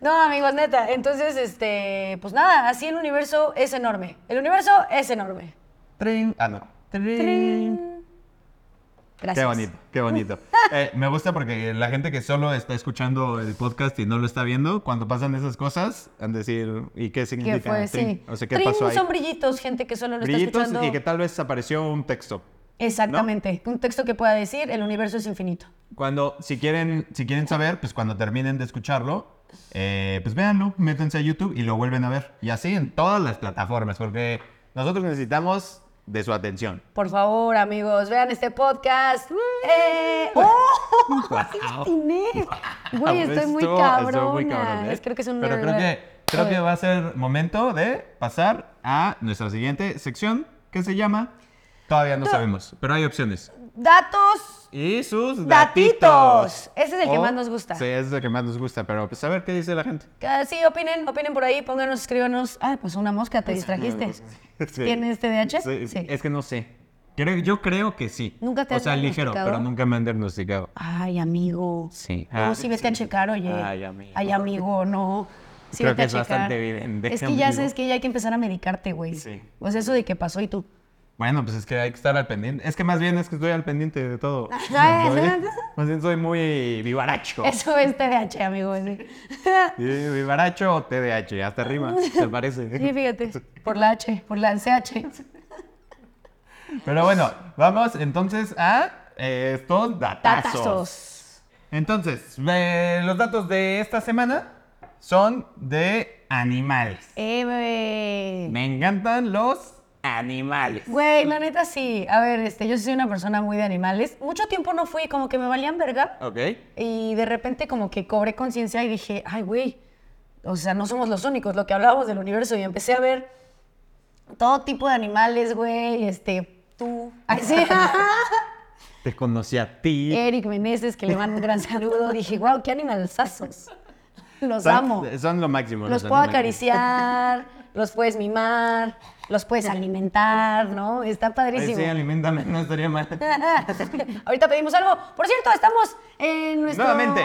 Speaker 2: No, amigos, neta. Entonces, este, pues nada, así el universo es enorme. El universo es enorme.
Speaker 1: Trin. Ah, no.
Speaker 2: Gracias.
Speaker 1: Qué bonito, qué bonito. Eh, me gusta porque la gente que solo está escuchando el podcast y no lo está viendo, cuando pasan esas cosas, han de decir, ¿y qué significa?
Speaker 2: ¿Qué fue?
Speaker 1: trin?
Speaker 2: Sí.
Speaker 1: O sea, ¿qué
Speaker 2: Trin
Speaker 1: pasó ahí?
Speaker 2: son brillitos, gente que solo lo está
Speaker 1: Brillitos
Speaker 2: escuchando.
Speaker 1: y que tal vez apareció un texto.
Speaker 2: Exactamente. Un texto que pueda decir, el universo es infinito.
Speaker 1: Cuando, si quieren, si quieren saber, pues cuando terminen de escucharlo, eh, pues véanlo, métanse a YouTube y lo vuelven a ver. Y así en todas las plataformas, porque nosotros necesitamos de su atención.
Speaker 2: Por favor, amigos, vean este podcast. ¡Eh! ¡Oh! atiné! Güey, estoy muy
Speaker 1: Estuvo- estuvo muy
Speaker 2: cabrona.
Speaker 1: cabrón, ¿eh?
Speaker 2: Es- creo que es un
Speaker 1: Pero creo que, creo que va a ser momento de pasar a nuestra siguiente sección que se llama. Todavía no sabemos, pero hay opciones.
Speaker 2: Datos.
Speaker 1: Y sus
Speaker 2: Datitos.
Speaker 1: datitos.
Speaker 2: Ese es el que más nos gusta.
Speaker 1: Sí, ese es el que más nos gusta, pero pues a ver qué dice la gente.
Speaker 2: Ah, Sí, opinen, opinen por ahí, pónganos, escríbanos. Ah, pues una mosca, te distrajiste.
Speaker 1: Sí.
Speaker 2: ¿Tienes TDAH?
Speaker 1: Sí,
Speaker 2: Sí.
Speaker 1: Es que no sé. Creo- yo creo que sí.
Speaker 2: ¿Nunca te
Speaker 1: O
Speaker 2: has
Speaker 1: sea, ligero,
Speaker 2: diagnosticado?
Speaker 1: pero nunca me han diagnosticado.
Speaker 2: Ay, amigo.
Speaker 1: Sí.
Speaker 2: No,
Speaker 1: Ah,
Speaker 2: sí vete a checar, oye.
Speaker 1: Ay, amigo.
Speaker 2: Ay, amigo, no. Sí,
Speaker 1: Creo
Speaker 2: vete
Speaker 1: que
Speaker 2: a
Speaker 1: es
Speaker 2: checar.
Speaker 1: bastante evidente,
Speaker 2: Es que ya
Speaker 1: amigo.
Speaker 2: sabes que ya hay que empezar a medicarte, güey.
Speaker 1: Sí.
Speaker 2: Pues eso de que pasó y tú.
Speaker 1: Bueno, pues es que hay que estar al pendiente. Es que más bien es que estoy al pendiente de todo.
Speaker 2: Ajá,
Speaker 1: Soy-
Speaker 2: ajá.
Speaker 1: más bien soy muy vivaracho.
Speaker 2: Eso es TDAH, amigo. sí.
Speaker 1: Oh. Sí, Vivaracho o TDH, hasta arriba, te
Speaker 2: Sí,
Speaker 1: parece.
Speaker 2: fíjate. Por la H, por la CH.
Speaker 1: Pero bueno, vamos entonces a eh, estos datazos.
Speaker 2: Tatazos.
Speaker 1: Entonces, eh, los datos de esta semana son de animales.
Speaker 2: Eh, güey.
Speaker 1: Me encantan los animales.
Speaker 2: Güey, la neta sí. A ver, este, yo sí soy una persona muy de animales. Mucho tiempo no fui, como que me valían verga.
Speaker 1: Ok.
Speaker 2: Y de repente como que cobré conciencia y dije, ay, güey, o sea, no somos los únicos, lo que hablábamos del universo. Y empecé a ver todo tipo de animales, güey, este, tú. Ay, sí.
Speaker 1: Te conocí a ti.
Speaker 2: Eric Meneses, que le mando un gran saludo. Dije, wow, qué animalzazos. Los
Speaker 1: Son-
Speaker 2: amo.
Speaker 1: Son lo máximo.
Speaker 2: Los
Speaker 1: los
Speaker 2: puedo
Speaker 1: animales.
Speaker 2: acariciar, los puedes mimar, los puedes alimentar, ¿no? Está
Speaker 1: Ay,
Speaker 2: padrísimo.
Speaker 1: Eh, sí, alimentame, no estaría mal.
Speaker 2: Ahorita pedimos algo. Por cierto, estamos en nuestro,
Speaker 1: Nuevamente,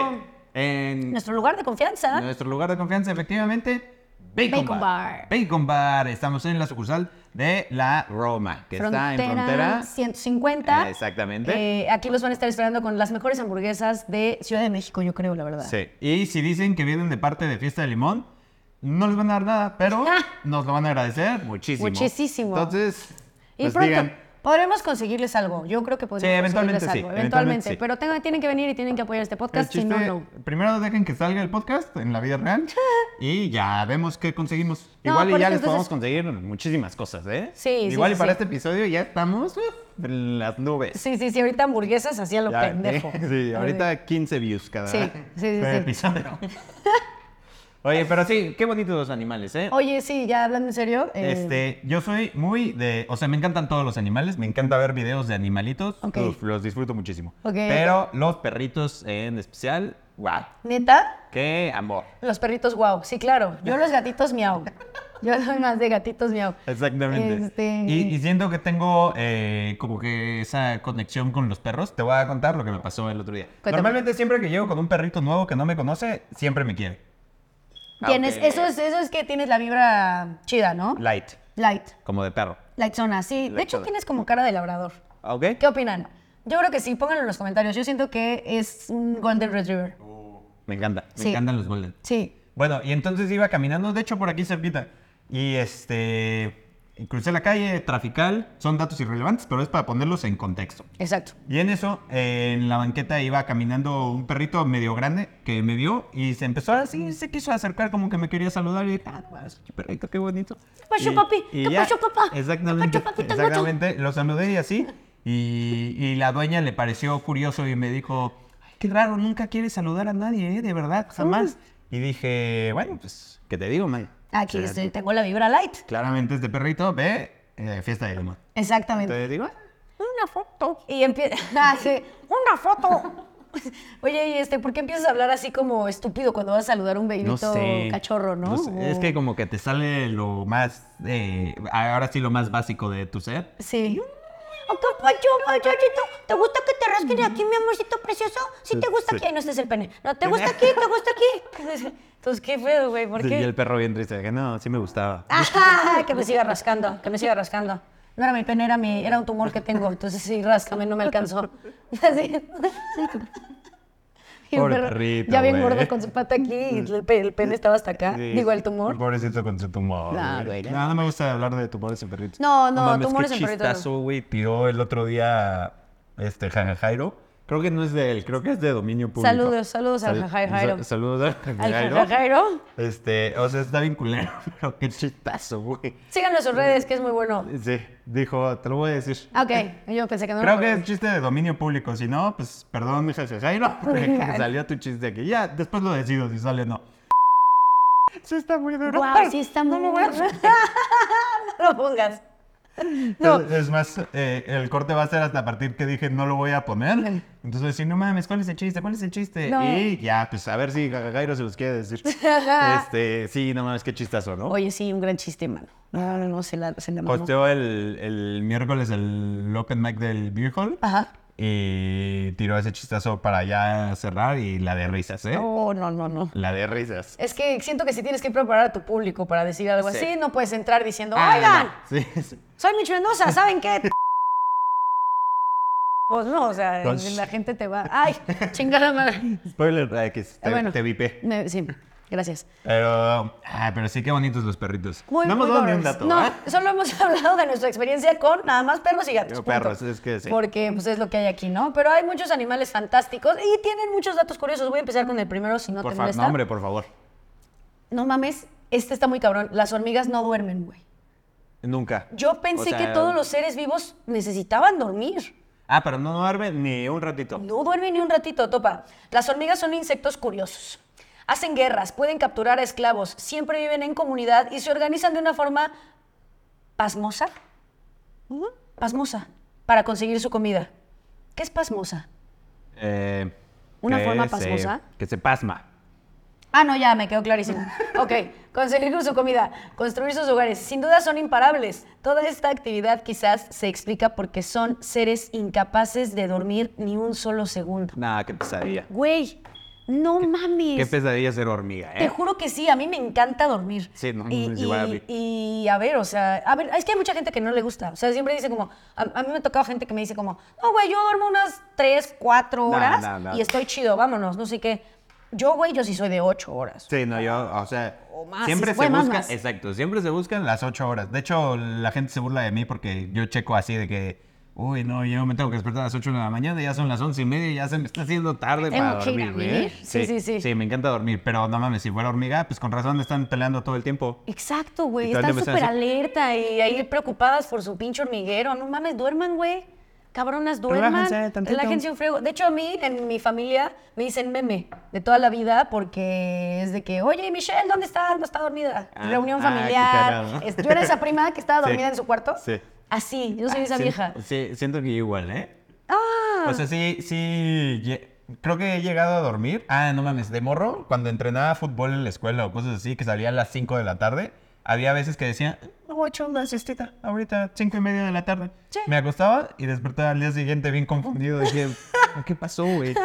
Speaker 1: en
Speaker 2: nuestro lugar de confianza.
Speaker 1: nuestro lugar de confianza, efectivamente, Bacon,
Speaker 2: Bacon
Speaker 1: Bar.
Speaker 2: Bar.
Speaker 1: Bacon Bar. Estamos en la sucursal de la Roma, que está en frontera.
Speaker 2: 150.
Speaker 1: Eh, exactamente.
Speaker 2: Eh, aquí los van a estar esperando con las mejores hamburguesas de Ciudad de México, yo creo, la verdad.
Speaker 1: Sí. Y si dicen que vienen de parte de Fiesta de Limón, no les van a dar nada, pero
Speaker 2: Ah.
Speaker 1: nos lo van a agradecer muchísimo.
Speaker 2: Muchísimo.
Speaker 1: Entonces,
Speaker 2: Y
Speaker 1: pues
Speaker 2: pronto
Speaker 1: digan,
Speaker 2: podremos conseguirles algo. Yo creo que podremos
Speaker 1: eventualmente
Speaker 2: conseguirles algo.
Speaker 1: sí, eventualmente
Speaker 2: Eventualmente.
Speaker 1: sí.
Speaker 2: Pero tengan- tienen que venir y tienen que apoyar este
Speaker 1: el
Speaker 2: podcast. Si no,
Speaker 1: chiste,
Speaker 2: no.
Speaker 1: primero dejen que salga el podcast en la vida real y ya vemos qué conseguimos.
Speaker 2: No,
Speaker 1: Igual y ya
Speaker 2: porque
Speaker 1: les
Speaker 2: entonces-
Speaker 1: podemos conseguir muchísimas cosas, ¿eh?
Speaker 2: Sí, sí,
Speaker 1: Igual y
Speaker 2: sí,
Speaker 1: para
Speaker 2: sí.
Speaker 1: este episodio ya estamos uf, en las nubes.
Speaker 2: Sí, sí, sí. Ahorita hamburguesas hacía lo
Speaker 1: Ya,
Speaker 2: pendejo.
Speaker 1: ¿eh? Sí, ahorita 15 views cada
Speaker 2: Sí, sí, sí,
Speaker 1: cada
Speaker 2: sí.
Speaker 1: episodio. Oye, pero sí, qué bonitos los animales, ¿eh?
Speaker 2: Oye, sí, ya hablando en serio. eh,
Speaker 1: Este, yo soy muy de, o sea, me encantan todos los animales, me encanta ver videos de animalitos,
Speaker 2: Ok.
Speaker 1: uf, los disfruto muchísimo.
Speaker 2: Ok.
Speaker 1: Pero los perritos en especial, guau,
Speaker 2: Neta,
Speaker 1: qué amor.
Speaker 2: Los perritos, wow. Sí, claro. Yo los gatitos, miau. Yo soy más de gatitos, miau.
Speaker 1: Exactamente.
Speaker 2: Este-
Speaker 1: Y, y siento que tengo eh, como que esa conexión con los perros. Te voy a contar lo que me pasó el otro día.
Speaker 2: Cuéntame.
Speaker 1: Normalmente siempre que llego con un perrito nuevo que no me conoce, siempre me quiere. Ah,
Speaker 2: Tienes,
Speaker 1: ok.
Speaker 2: eso, es, eso es que tienes la vibra chida, ¿no?
Speaker 1: Light,
Speaker 2: Light.
Speaker 1: como de perro.
Speaker 2: Light zona, sí. De hecho,
Speaker 1: Lightzona.
Speaker 2: tienes como cara de labrador.
Speaker 1: ¿Ok?
Speaker 2: ¿Qué opinan? Yo creo que sí, pónganlo en los comentarios. Yo siento que es un Golden Retriever.
Speaker 1: Me encanta. Me
Speaker 2: Sí.
Speaker 1: encantan los golden.
Speaker 2: Sí.
Speaker 1: Bueno, y entonces iba caminando, de hecho por aquí cerquita, y este, y crucé la calle trafical, son datos irrelevantes, pero es para ponerlos en contexto.
Speaker 2: Exacto.
Speaker 1: Y en eso, eh, en la banqueta iba caminando un perrito medio grande que me vio y se empezó así, se quiso acercar como que me quería saludar y dije, ah, pues, qué perrito, qué bonito.
Speaker 2: ¿Qué pasó,
Speaker 1: Y-
Speaker 2: papi?
Speaker 1: y
Speaker 2: ¿Qué
Speaker 1: ya,
Speaker 2: pasó, papá? ¿Qué
Speaker 1: Exactamente,
Speaker 2: pasó, papito gato?
Speaker 1: exactamente, lo saludé y así, y, y la dueña le pareció curioso y me dijo, "Ay, qué raro, nunca quiere saludar a nadie, ¿eh? de verdad, jamás. Y dije, bueno, pues, ¿qué te digo, man?
Speaker 2: Aquí
Speaker 1: O sea,
Speaker 2: estoy, tengo la vibra light.
Speaker 1: Claramente este perrito ve eh, fiesta de limón.
Speaker 2: Exactamente.
Speaker 1: Entonces digo, "Ah,
Speaker 2: Una foto. Y empieza. Ah, sí. Una foto. Oye, y este, ¿por qué empiezas a hablar así como estúpido cuando vas a saludar a un bebito cachorro, no?
Speaker 1: sé, Pues, Es
Speaker 2: O-
Speaker 1: que como que te sale lo más, eh, ahora sí lo más básico de tu ser.
Speaker 2: Sí. Acá, Pacho, muchachito, ¿te gusta que te rasquen aquí, mi amorcito precioso? Sí, te gusta
Speaker 1: Sí.
Speaker 2: aquí. Ay, no, este es el pene. No, ¿te gusta aquí? ¿Te gusta aquí? Entonces, ¿qué pedo, güey? ¿Por
Speaker 1: Y
Speaker 2: qué? Ah,
Speaker 1: el perro bien triste, que no, sí me gustaba.
Speaker 2: Ajá, que me siga rascando, que me siga rascando. No era mi pene, era, mi, era un tumor que tengo. Entonces, sí, ráscame, no me alcanzó. Así. Y el
Speaker 1: Pobre
Speaker 2: perro
Speaker 1: perrito,
Speaker 2: ya bien
Speaker 1: güey.
Speaker 2: gordo con su pata aquí y el, pe- el pene estaba hasta acá.
Speaker 1: Sí.
Speaker 2: Digo, el tumor.
Speaker 1: Pobrecito con su tumor.
Speaker 2: Nah,
Speaker 1: güey.
Speaker 2: güey.
Speaker 1: No, no me gusta hablar de tumores en perritos.
Speaker 2: No, no,
Speaker 1: mames,
Speaker 2: tumores
Speaker 1: qué
Speaker 2: en perritos no.
Speaker 1: chistazo, güey, tiró el otro día este Jaja Jairo. Creo que no es de él, creo que es de dominio público.
Speaker 2: Saludos, saludos al Jaja Jairo.
Speaker 1: sa- Saludos al Jaja
Speaker 2: Al
Speaker 1: Jairo.
Speaker 2: Jairo.
Speaker 1: Este, o sea, está bien culero, pero qué chistazo, güey.
Speaker 2: Síganos en sus redes, que es muy bueno.
Speaker 1: Sí, dijo, te lo voy a decir.
Speaker 2: Ah, Ok, yo pensé que no pues.
Speaker 1: Creo
Speaker 2: lo podía
Speaker 1: que es chiste de dominio público, si no, pues perdón, mi jefe Jairo, porque salió tu chiste aquí. Ya, después lo decido si sale o no. Sí está muy duro.
Speaker 2: Guau, sí está muy bueno. no lo pongas. No.
Speaker 1: Es, es más, eh, el corte va a ser hasta a partir que dije no lo voy a poner. Entonces, si no mames, ¿cuál es el chiste? ¿Cuál es el chiste?
Speaker 2: No.
Speaker 1: Y ya, pues a ver si Jaja Jairo se los quiere decir. este, sí, no mames, qué chistazo, ¿no?
Speaker 2: Oye, sí, un gran chiste, mano. No, no, no, se la, se la mamó.
Speaker 1: Posteó el, el miércoles el open mic del Beer Hall.
Speaker 2: Ajá.
Speaker 1: Y tiró ese chistazo para ya cerrar y la de risas, ¿eh?
Speaker 2: No, no, no, no.
Speaker 1: La de risas.
Speaker 2: Es que siento que si tienes que preparar a tu público para decir algo
Speaker 1: Sí.
Speaker 2: así, no puedes entrar diciendo,
Speaker 1: Ah,
Speaker 2: oigan,
Speaker 1: no. Sí, sí.
Speaker 2: soy Mitch Mendoza, ¿saben qué? pues no, o sea,
Speaker 1: Pues-
Speaker 2: la gente te va, ay, chingada madre. Ah,
Speaker 1: Spoiler, eh, que te,
Speaker 2: Bueno.
Speaker 1: te vipé.
Speaker 2: Me- sí, gracias.
Speaker 1: Pero, ah, pero sí, qué bonitos los perritos.
Speaker 2: Muy,
Speaker 1: no hemos
Speaker 2: muy
Speaker 1: dado ni un
Speaker 2: lovers.
Speaker 1: dato,
Speaker 2: No,
Speaker 1: ¿eh?
Speaker 2: solo hemos hablado de nuestra experiencia con nada más perros y gatos.
Speaker 1: Yo,
Speaker 2: punto.
Speaker 1: perros, es que sí.
Speaker 2: Porque pues, es lo que hay aquí, ¿no? Pero hay muchos animales fantásticos y tienen muchos datos curiosos. Voy a empezar con el primero, si no
Speaker 1: Por
Speaker 2: te
Speaker 1: favor,
Speaker 2: molesta.
Speaker 1: no, hombre, por favor.
Speaker 2: No mames, este está muy cabrón. Las hormigas no duermen, güey.
Speaker 1: Nunca.
Speaker 2: Yo pensé
Speaker 1: O sea,
Speaker 2: que todos los seres vivos necesitaban dormir.
Speaker 1: Ah, pero no duerme ni un ratito.
Speaker 2: No duerme ni un ratito, topa. Las hormigas son insectos curiosos. Hacen guerras, pueden capturar a esclavos, siempre viven en comunidad y se organizan de una forma pasmosa. Pasmosa, para conseguir su comida. ¿Qué es pasmosa?
Speaker 1: Eh,
Speaker 2: ¿Una
Speaker 1: que
Speaker 2: forma
Speaker 1: se-
Speaker 2: pasmosa?
Speaker 1: que se pasma.
Speaker 2: Ah, no, ya, me quedó clarísimo. Ok, conseguir su comida, construir sus hogares, sin duda son imparables. Toda esta actividad quizás se explica porque son seres incapaces de dormir ni un solo segundo.
Speaker 1: Nada, qué pesadilla.
Speaker 2: Güey, no mames.
Speaker 1: Qué pesadilla ser hormiga, ¿eh?
Speaker 2: Te juro que sí, a mí me encanta dormir.
Speaker 1: Sí, no,
Speaker 2: y,
Speaker 1: es igual a mí.
Speaker 2: y- y a ver, o sea, a ver, es que hay mucha gente que no le gusta. O sea, siempre dice como, a, a mí me ha tocado gente que me dice como, no, güey, yo duermo unas 3, 4 horas
Speaker 1: no, no.
Speaker 2: y estoy chido, vámonos, no sé qué. Yo, güey, yo sí soy de 8 horas.
Speaker 1: Sí, no, yo, o sea,
Speaker 2: O más,
Speaker 1: siempre
Speaker 2: fue
Speaker 1: se
Speaker 2: más,
Speaker 1: buscan,
Speaker 2: más.
Speaker 1: exacto, siempre se buscan las ocho horas. De hecho, la gente se burla de mí porque yo checo así de que, uy, no, yo me tengo que despertar a las 8 de la mañana, ya son las once y media, ya se me está haciendo tarde
Speaker 2: Tengo
Speaker 1: para
Speaker 2: que ir a
Speaker 1: dormir, güey.
Speaker 2: dormir. Sí, sí, sí.
Speaker 1: Sí, me encanta dormir, pero no mames, si fuera hormiga, pues con razón están peleando todo el tiempo.
Speaker 2: Exacto,
Speaker 1: Y
Speaker 2: güey,
Speaker 1: todo el
Speaker 2: están
Speaker 1: tiempo
Speaker 2: súper
Speaker 1: están así.
Speaker 2: alerta y ahí preocupadas por su pinche hormiguero. No mames, duerman, güey. Cabronas, duerman.
Speaker 1: Relájense tantito.
Speaker 2: Relájense un frego. De hecho, a mí, en mi familia, me dicen meme de toda la vida porque es de que, oye, Michelle, ¿dónde estás? No está dormida.
Speaker 1: Ah,
Speaker 2: Reunión
Speaker 1: ah,
Speaker 2: familiar.
Speaker 1: qué cagado.
Speaker 2: Es- Yo era esa prima que estaba
Speaker 1: Sí.
Speaker 2: dormida en su cuarto.
Speaker 1: Sí.
Speaker 2: Así, yo soy esa
Speaker 1: Sí,
Speaker 2: vieja.
Speaker 1: Sí, siento que yo igual, ¿eh?
Speaker 2: Ah,
Speaker 1: O sea, sí, sí. lle- Creo que he llegado a dormir. Ah, no mames, de morro, cuando entrenaba fútbol en la escuela o cosas así, que salía a las 5 de la tarde, había veces que decía, me voy a echar una siestita ahorita, 5 y media de la tarde.
Speaker 2: Sí.
Speaker 1: Me acostaba y despertaba al día siguiente bien confundido. Dije, ¿qué pasó, güey?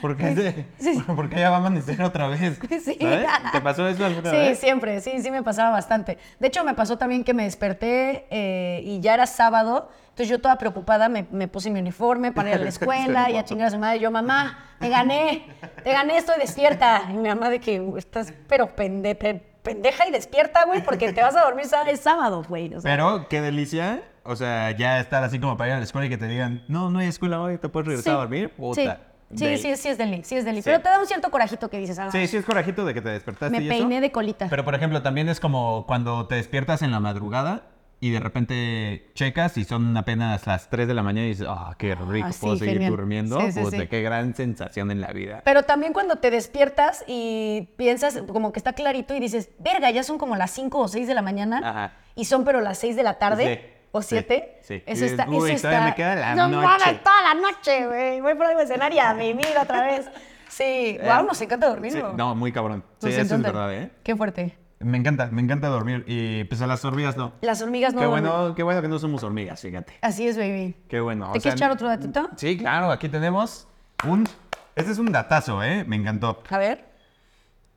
Speaker 1: ¿Por qué, se-
Speaker 2: Sí, sí.
Speaker 1: por- por qué ya va a amanecer otra vez?
Speaker 2: Sí.
Speaker 1: ¿Sabes? ¿Te pasó eso alguna
Speaker 2: Sí,
Speaker 1: vez?
Speaker 2: siempre, sí, sí me pasaba bastante. De hecho, me pasó también que me desperté eh, y ya era sábado, entonces yo toda preocupada me, me puse mi uniforme para ir a la escuela y a chingar a su madre. Yo, mamá, te gané, te gané, estoy despierta. Y mi mamá de que estás, pero pende- pe- pendeja y despierta, güey, porque te vas a dormir sá- es sábado, güey. o sea.
Speaker 1: Pero qué delicia. O sea, ya estar así como para ir a la escuela y que te digan, no, no hay escuela hoy, te puedes regresar a dormir.
Speaker 2: Sí,
Speaker 1: Puta.
Speaker 2: sí,
Speaker 1: Del-
Speaker 2: sí, sí es deli, sí es deli.
Speaker 1: Sí.
Speaker 2: Pero te da un cierto corajito que dices, ah,
Speaker 1: Sí, sí es corajito de que te despertaste
Speaker 2: me
Speaker 1: y
Speaker 2: peiné
Speaker 1: eso.
Speaker 2: de colita.
Speaker 1: Pero por ejemplo, también es como cuando te despiertas en la madrugada y de repente checas y son apenas las 3 de la mañana y dices, ah, qué rico,
Speaker 2: sí,
Speaker 1: puedo seguir
Speaker 2: genial.
Speaker 1: durmiendo.
Speaker 2: Sí, sí,
Speaker 1: Puta,
Speaker 2: sí.
Speaker 1: qué gran sensación en la vida.
Speaker 2: Pero también cuando te despiertas y piensas como que está clarito y dices, verga, ya son como las 5 o 6 de la mañana
Speaker 1: Ajá.
Speaker 2: y son pero las 6 de la tarde
Speaker 1: Sí,
Speaker 2: o
Speaker 1: sí,
Speaker 2: 7.
Speaker 1: sí. Y
Speaker 2: Eso
Speaker 1: dices,
Speaker 2: está, eso
Speaker 1: "Uy,
Speaker 2: está.
Speaker 1: todavía me queda la
Speaker 2: no
Speaker 1: noche".
Speaker 2: mames, toda la noche, güey. Voy por algo de cenar y a vivir otra vez. Sí, wow, nos encanta dormir.
Speaker 1: Eh, Sí, no, muy cabrón. Sí,
Speaker 2: Nos
Speaker 1: eso es
Speaker 2: encanta.
Speaker 1: verdad, ¿eh?
Speaker 2: Qué fuerte.
Speaker 1: Me encanta, me encanta dormir y pues a las hormigas no.
Speaker 2: Las hormigas no
Speaker 1: qué
Speaker 2: duermen.
Speaker 1: bueno, qué bueno que no somos hormigas, fíjate.
Speaker 2: Así es, baby.
Speaker 1: Qué bueno. o
Speaker 2: ¿Te
Speaker 1: sea, mm.
Speaker 2: quieres echar otro datito?
Speaker 1: Sí, claro, aquí tenemos un... Este es un datazo, ¿eh? Me encantó.
Speaker 2: A ver.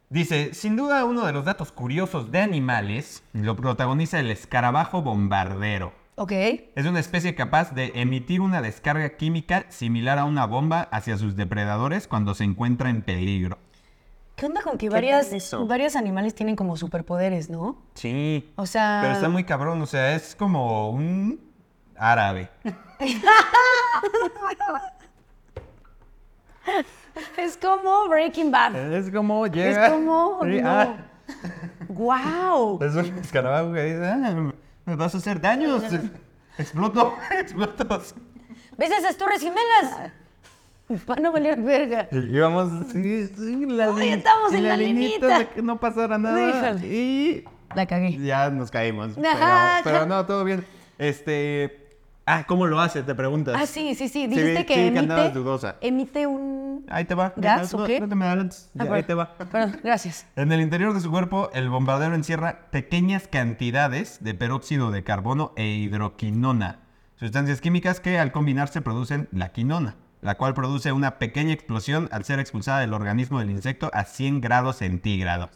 Speaker 1: Dice, sin duda uno de los datos curiosos de animales lo protagoniza el escarabajo bombardero.
Speaker 2: Ok.
Speaker 1: Es una especie capaz de emitir una descarga química similar a una bomba hacia sus depredadores cuando se encuentra en peligro.
Speaker 2: ¿Qué onda con que varias,
Speaker 1: tal eso?
Speaker 2: varios animales tienen como superpoderes, no?
Speaker 1: Sí.
Speaker 2: O sea.
Speaker 1: Pero está muy cabrón, o sea, es como un árabe.
Speaker 2: Es como Breaking Bad.
Speaker 1: Es como
Speaker 2: llega- como, Sí, no. ah. ¡Guau!
Speaker 1: es un escarabajo que dice, "Ah, me vas a hacer daños. Exploto, explotas.
Speaker 2: ¿Ves esas torres gemelas? Para no valer verga.
Speaker 1: Y vamos, sí, sí, la
Speaker 2: Uy,
Speaker 1: lin-
Speaker 2: estamos en la linita.
Speaker 1: de que no pasara nada.
Speaker 2: Híjole.
Speaker 1: Y
Speaker 2: La cagué.
Speaker 1: ya nos caímos.
Speaker 2: Ajá,
Speaker 1: pero,
Speaker 2: ajá.
Speaker 1: pero no, todo bien. Este. Ah, ¿cómo lo hace? Te preguntas.
Speaker 2: Ah, sí, sí, sí.
Speaker 1: Sí,
Speaker 2: Dijiste
Speaker 1: sí,
Speaker 2: que
Speaker 1: que
Speaker 2: emite,
Speaker 1: andabas dudosa.
Speaker 2: emite un...
Speaker 1: Ahí te va.
Speaker 2: ¿Gas
Speaker 1: no,
Speaker 2: o qué?
Speaker 1: No, te me adelantes.
Speaker 2: Ah,
Speaker 1: Ya, ahí
Speaker 2: perdón.
Speaker 1: te va.
Speaker 2: Perdón, gracias.
Speaker 1: En el interior de su cuerpo, el bombardero encierra pequeñas cantidades de peróxido de carbono e hidroquinona, sustancias químicas que al combinarse producen la quinona, la cual produce una pequeña explosión al ser expulsada del organismo del insecto a 100 grados centígrados.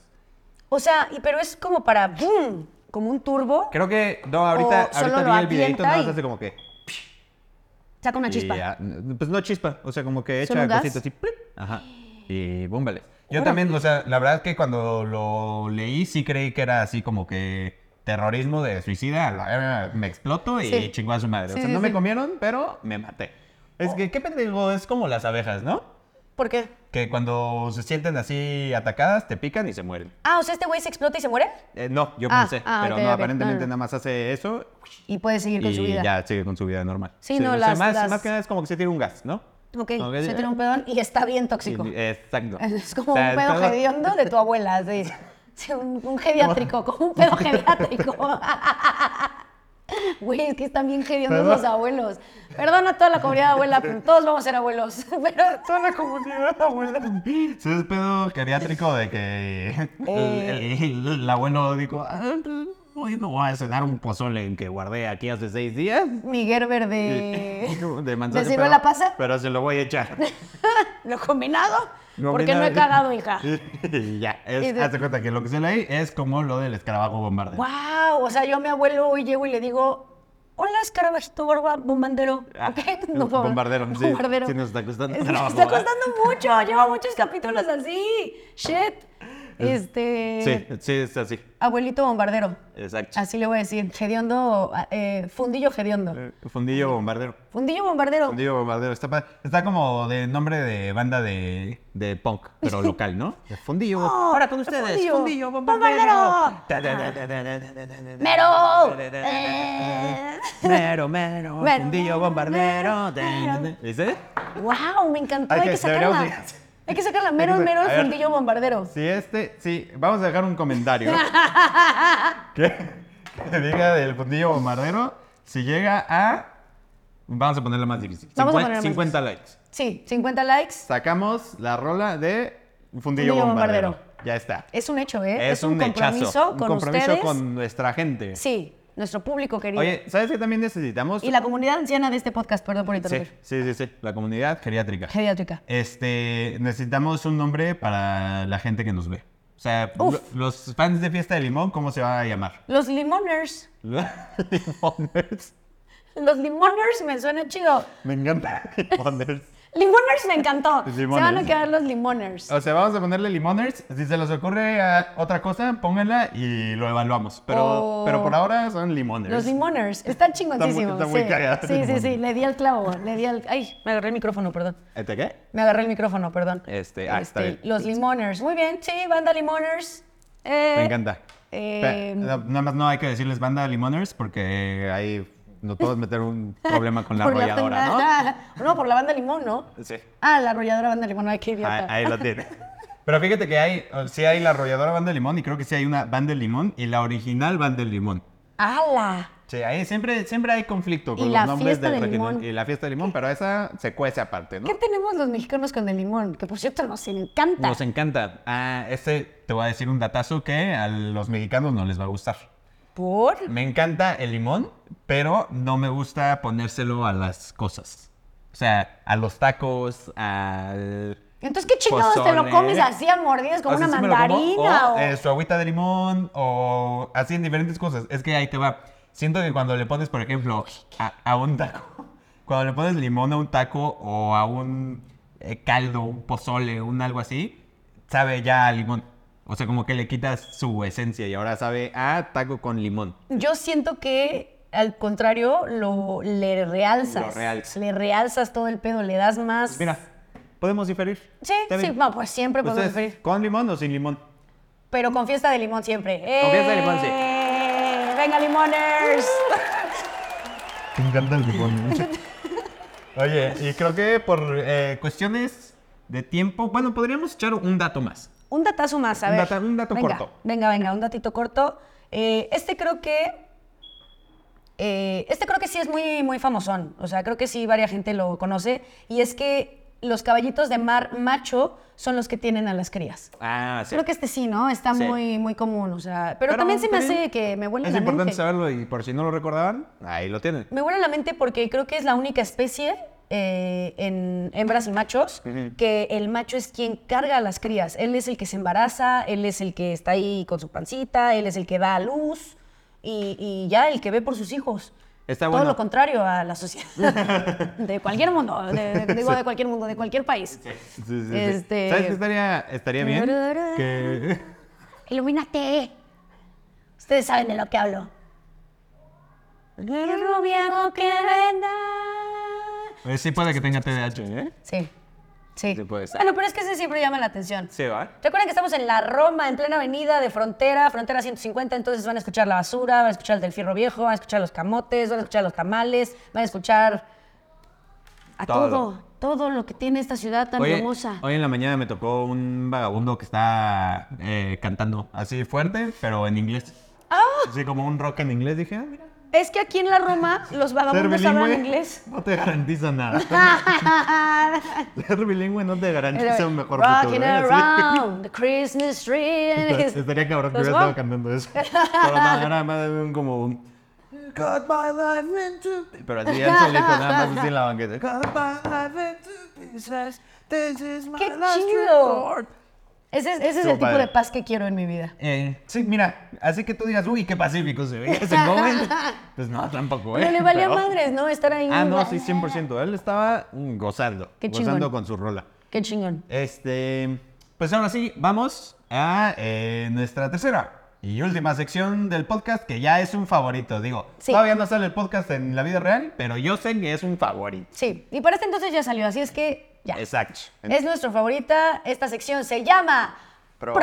Speaker 2: O sea, y, pero es como para... ¡Boom! Como un turbo.
Speaker 1: Creo que, no,
Speaker 2: ahorita- O
Speaker 1: ahorita,
Speaker 2: ahorita Oh, solo lo vi el
Speaker 1: el
Speaker 2: videíto,
Speaker 1: videito,
Speaker 2: avienta
Speaker 1: nada más
Speaker 2: nada más y- hace
Speaker 1: hace como que...
Speaker 2: Saca una
Speaker 1: Y
Speaker 2: Ah, chispa.
Speaker 1: ya, n- pues no chispa, o sea, como que
Speaker 2: ¿Solo
Speaker 1: echa
Speaker 2: gas?
Speaker 1: cositas así. ¡plip! Ajá. Y búmbale. Yo
Speaker 2: Órale.
Speaker 1: también, o sea, la verdad que cuando lo leí sí creí que era así como que terrorismo de suicida. la verga, Me exploto y
Speaker 2: Sí.
Speaker 1: chingó a su madre.
Speaker 2: Sí,
Speaker 1: o sea,
Speaker 2: sí,
Speaker 1: no me
Speaker 2: sí.
Speaker 1: comieron, pero me maté. Es que, qué pendejo, es como las abejas, ¿no?
Speaker 2: ¿Por qué?
Speaker 1: Que cuando se sienten así atacadas, te pican y se mueren.
Speaker 2: Ah, o sea, este güey se explota y se muere
Speaker 1: Eh, no, yo
Speaker 2: Ah,
Speaker 1: pensé.
Speaker 2: ah,
Speaker 1: pero
Speaker 2: ok,
Speaker 1: no,
Speaker 2: ok.
Speaker 1: aparentemente
Speaker 2: No, no.
Speaker 1: nada más hace eso
Speaker 2: y puede seguir con su
Speaker 1: y
Speaker 2: vida.
Speaker 1: ya sigue con su vida normal.
Speaker 2: Sí, no,
Speaker 1: o sea,
Speaker 2: las-
Speaker 1: más,
Speaker 2: las-
Speaker 1: más que nada es como que se tiene un gas, ¿no?
Speaker 2: Ok,
Speaker 1: Como que- "Ah,
Speaker 2: se tiene un pedón y está bien tóxico.
Speaker 1: Sí, Exacto.
Speaker 2: Es como
Speaker 1: O sea,
Speaker 2: un
Speaker 1: el
Speaker 2: pedo
Speaker 1: pedo-
Speaker 2: hediondo de tu abuela, sí. Sí, un, un geriátrico, como un pedo geriátrico. Güey, es que están bien hediondos
Speaker 1: Perdón.
Speaker 2: los abuelos. Perdona a toda la comunidad de abuela, pero todos vamos a ser abuelos. Pero
Speaker 1: Toda la comunidad, abuela. Sí, es pedo geriátrico de que el,
Speaker 2: Eh.
Speaker 1: el- el abuelo dijo, "Ah, hoy no voy a cenar un pozole que guardé aquí hace seis días.
Speaker 2: Miguel Verde,
Speaker 1: De manzana.
Speaker 2: ¿Le Eh. sirve
Speaker 1: pero-
Speaker 2: la pasa?
Speaker 1: Pero se lo voy a echar.
Speaker 2: lo combinado, porque no he cagado, hija.
Speaker 1: Y ya,
Speaker 2: Y
Speaker 1: es,
Speaker 2: de-
Speaker 1: hazte cuenta que lo que sale ahí es como lo del escarabajo bombardero.
Speaker 2: Wow, o sea, yo a mi abuelo hoy llego y le digo, hola, escarabajito barba, bombardero.
Speaker 1: Ah,
Speaker 2: ¿Ok? por-
Speaker 1: bombardero, sí,
Speaker 2: bombardero.
Speaker 1: sí nos está costando
Speaker 2: Es- me
Speaker 1: trabajo,
Speaker 2: está
Speaker 1: ¿verdad?
Speaker 2: costando mucho, llevo muchos capítulos así. Shit. Este,
Speaker 1: Sí, sí, es así.
Speaker 2: abuelito bombardero.
Speaker 1: Exacto.
Speaker 2: Así le voy a decir, hediondo, eh, fundillo hediondo.
Speaker 1: Eh, Fundillo bombardero.
Speaker 2: Fundillo bombardero.
Speaker 1: Fundillo bombardero. Está, pa- está como de nombre de banda de, de punk, pero local, ¿no? De fundillo.
Speaker 2: Oh,
Speaker 1: Ahora con ustedes,
Speaker 2: Fundillo,
Speaker 1: fundillo,
Speaker 2: bombardero.
Speaker 1: bombardero. Ta, ta, ta, ta, ta, ta, ta, ta, ta, ta, ta, ta,
Speaker 2: Eh.
Speaker 1: Mero, mero,
Speaker 2: Mero,
Speaker 1: fundillo bombardero.
Speaker 2: mero.
Speaker 1: ¿Dice?
Speaker 2: Wow, me encantó, hay
Speaker 1: Ok,
Speaker 2: que
Speaker 1: deberíamos
Speaker 2: sacarla.
Speaker 1: de-
Speaker 2: Hay que sacarla, mero,
Speaker 1: Hay que
Speaker 2: mero,
Speaker 1: sa- a ver.
Speaker 2: fundillo bombardero.
Speaker 1: Si este, sí, vamos a dejar un comentario. que, que diga del fundillo bombardero si llega a. Vamos a ponerla más difícil.
Speaker 2: Vamos a
Speaker 1: Cincuen-
Speaker 2: ponerla más
Speaker 1: 50 likes.
Speaker 2: Sí, 50 likes.
Speaker 1: Sacamos la rola de un Fundillo,
Speaker 2: Fundillo
Speaker 1: bombardero.
Speaker 2: Bombardero.
Speaker 1: Ya está.
Speaker 2: Es un hecho, ¿eh? Es, un, compromiso
Speaker 1: hechazo,
Speaker 2: con
Speaker 1: Un compromiso
Speaker 2: ustedes.
Speaker 1: con nuestra gente.
Speaker 2: Sí, nuestro público querido.
Speaker 1: Oye, ¿sabes qué también necesitamos?
Speaker 2: y la comunidad anciana de este podcast, perdón por
Speaker 1: sí,
Speaker 2: interrumpir.
Speaker 1: sí, sí, sí. La comunidad geriátrica.
Speaker 2: Geriátrica.
Speaker 1: Este, necesitamos un nombre para la gente que nos ve. O sea,
Speaker 2: Uf.
Speaker 1: lo- los fans de Fiesta de Limón, ¿cómo se va a llamar?
Speaker 2: Los limoners.
Speaker 1: Limoners.
Speaker 2: Los limoners me suena chido.
Speaker 1: Me encanta. Limoners.
Speaker 2: Limoners me encantó. Se
Speaker 1: Limoners.
Speaker 2: van a quedar los limoners.
Speaker 1: O sea, vamos a ponerle limoners. Si se les ocurre ah, otra cosa, pónganla y lo evaluamos. Pero,
Speaker 2: Oh.
Speaker 1: pero por ahora son limoners.
Speaker 2: Los limoners. Están
Speaker 1: Está muy-
Speaker 2: chingoncísimos.
Speaker 1: está muy
Speaker 2: sí.
Speaker 1: cagado,
Speaker 2: Sí, sí,
Speaker 1: limoners.
Speaker 2: sí. Le di al clavo. Le di al... Ay, me agarré el micrófono, perdón.
Speaker 1: ¿Este qué?
Speaker 2: Me agarré el micrófono, perdón.
Speaker 1: Este, ah, está bien.
Speaker 2: Los limoners. Muy bien, sí, banda limoners. Eh,
Speaker 1: Me encanta.
Speaker 2: eh,
Speaker 1: Pe- na- nada más no hay que decirles banda limoners porque ahí no todos meter un problema con la
Speaker 2: por
Speaker 1: arrolladora, ¿no?
Speaker 2: ¿no? No, por la banda limón, ¿no?
Speaker 1: Sí.
Speaker 2: Ah, la arrolladora banda limón, ay, qué idiota.
Speaker 1: Ahí, ahí lo tiene. Pero fíjate que hay, o- sí hay la arrolladora banda limón y creo que sí hay una banda limón y la original banda limón.
Speaker 2: ¡Hala!
Speaker 1: Sí, ahí siempre, siempre hay conflicto con
Speaker 2: Y
Speaker 1: los
Speaker 2: la
Speaker 1: nombres
Speaker 2: fiesta
Speaker 1: del
Speaker 2: de
Speaker 1: regional.
Speaker 2: limón.
Speaker 1: Y la fiesta de limón, pero esa se cuece aparte, ¿no?
Speaker 2: ¿Qué tenemos los mexicanos con el limón? Que por cierto nos encanta.
Speaker 1: Nos encanta. Ah, este te voy a decir un datazo que a los mexicanos no les va a gustar.
Speaker 2: ¿Por?
Speaker 1: Me encanta el limón, pero no me gusta ponérselo a las cosas. O sea, a los tacos, al...
Speaker 2: Entonces, ¿qué chingados te lo
Speaker 1: Pozole.
Speaker 2: comes así a mordidas como
Speaker 1: Así
Speaker 2: una
Speaker 1: sí me lo como,
Speaker 2: mandarina?
Speaker 1: o,
Speaker 2: o-
Speaker 1: eh, su agüita de limón o así en diferentes cosas. Es que ahí te va. Siento que cuando le pones, por ejemplo, a, a un taco, cuando le pones limón a un taco o a un eh, caldo, un pozole, un algo así, sabe ya a limón. O sea, como que le quitas su esencia y ahora sabe a taco con limón.
Speaker 2: Yo siento que al contrario, lo, le realzas.
Speaker 1: Lo realza. Pues
Speaker 2: Le realzas todo el pedo, le das más.
Speaker 1: Mira, podemos diferir.
Speaker 2: Sí,
Speaker 1: Está
Speaker 2: sí,
Speaker 1: bien.
Speaker 2: no, pues siempre podemos
Speaker 1: ¿Ustedes
Speaker 2: preferir.
Speaker 1: ¿Con limón o sin limón?
Speaker 2: Pero con fiesta de limón siempre.
Speaker 1: Con fiesta de limón, sí.
Speaker 2: ¡Eh! ¡Venga, limoners!
Speaker 1: Me encanta el limón. Oye, y creo que por eh, cuestiones de tiempo, bueno, podríamos echar un dato más.
Speaker 2: Un datazo más, a
Speaker 1: Un
Speaker 2: ver.
Speaker 1: data- un dato
Speaker 2: Venga,
Speaker 1: corto.
Speaker 2: Venga, venga, un datito corto. Eh, este creo que. eh, este creo que sí es muy, muy famosón. O sea, creo que sí, varia gente lo conoce. Y es que los caballitos de mar macho son los que tienen a las crías.
Speaker 1: Ah,
Speaker 2: Creo que este sí, ¿no? Está
Speaker 1: Sí.
Speaker 2: muy, muy común. O sea, pero, también se me hace que me vuelve
Speaker 1: Es
Speaker 2: la
Speaker 1: importante
Speaker 2: mente.
Speaker 1: saberlo y por si no lo recordaban, ahí lo tienen.
Speaker 2: Me vuelve la mente porque creo que es la única especie eh, en hembras y machos
Speaker 1: Ujú.
Speaker 2: que el macho es quien carga a las crías. Él es el que se embaraza, él es el que está ahí con su pancita, él es el que da a luz y, y ya el que ve por sus hijos.
Speaker 1: Está
Speaker 2: Todo
Speaker 1: bueno.
Speaker 2: lo contrario a la sociedad. de cualquier mundo, de, de- digo de cualquier mundo, de cualquier país.
Speaker 1: Sí, sí, sí.
Speaker 2: Este-
Speaker 1: ¿Sabes qué estaría, estaría bien?
Speaker 2: Tararara.
Speaker 1: que...
Speaker 2: Ilumínate. Ustedes saben de lo que hablo. El rubiago que venda.
Speaker 1: Pues sí puede que tenga TDAH, ¿eh?
Speaker 2: Sí. Sí.
Speaker 1: Sí, puede ser.
Speaker 2: Bueno, pero es que ese siempre llama la atención.
Speaker 1: Sí, ¿va?
Speaker 2: Recuerden que estamos en la Roma, en plena avenida de Frontera, Frontera 150, entonces van a escuchar la basura, van a escuchar el del fierro viejo, van a escuchar los camotes, van a escuchar los tamales, van a escuchar a todo,
Speaker 1: Todo.
Speaker 2: todo, lo que tiene esta ciudad tan
Speaker 1: Oye,
Speaker 2: hermosa.
Speaker 1: hoy en la mañana me tocó un vagabundo que está eh, cantando así fuerte, pero en inglés.
Speaker 2: Ah.
Speaker 1: Así como un rock en inglés, dije, ah, mira.
Speaker 2: Es que aquí en la Roma los
Speaker 1: Ser
Speaker 2: vagabundos hablan
Speaker 1: bilingüe
Speaker 2: inglés.
Speaker 1: no te garantiza nada. Ser bilingüe no te garantiza un mejor
Speaker 2: Rocking
Speaker 1: futuro. ¿eh? Así.
Speaker 2: around the Christmas tree.
Speaker 1: Esta- Estaría cabrón que
Speaker 2: Los
Speaker 1: hubiera estado
Speaker 2: Wow.
Speaker 1: cantando eso. Pero no, era más de un como un... Cut my life into... Pero así ya solito, nada más así en la banqueta. Cut my life into pieces. This is my
Speaker 2: ¡Qué
Speaker 1: last
Speaker 2: chido!
Speaker 1: resort.
Speaker 2: Ese, es- ese es
Speaker 1: Estuvo
Speaker 2: el tipo
Speaker 1: padre.
Speaker 2: de paz que quiero en mi vida.
Speaker 1: Eh, sí, mira, así que tú digas, uy, qué pacífico se veía ese joven. Pues no, tampoco, ¿eh?
Speaker 2: Pero le valía
Speaker 1: Pero-
Speaker 2: madres, ¿no? Estar ahí.
Speaker 1: Ah, no, sí, 100%. Él estaba mm, gozando.
Speaker 2: Qué chingón.
Speaker 1: gozando con su rola.
Speaker 2: Qué chingón.
Speaker 1: Este, pues ahora sí, vamos a eh, nuestra tercera y última sección del podcast, que ya es un favorito. Digo,
Speaker 2: Sí.
Speaker 1: todavía no sale el podcast en la vida real, pero yo sé que es un favorito.
Speaker 2: Sí, y para este entonces ya salió, así es que ya. Eh,
Speaker 1: Exacto.
Speaker 2: Es nuestra favorita. Esta sección se llama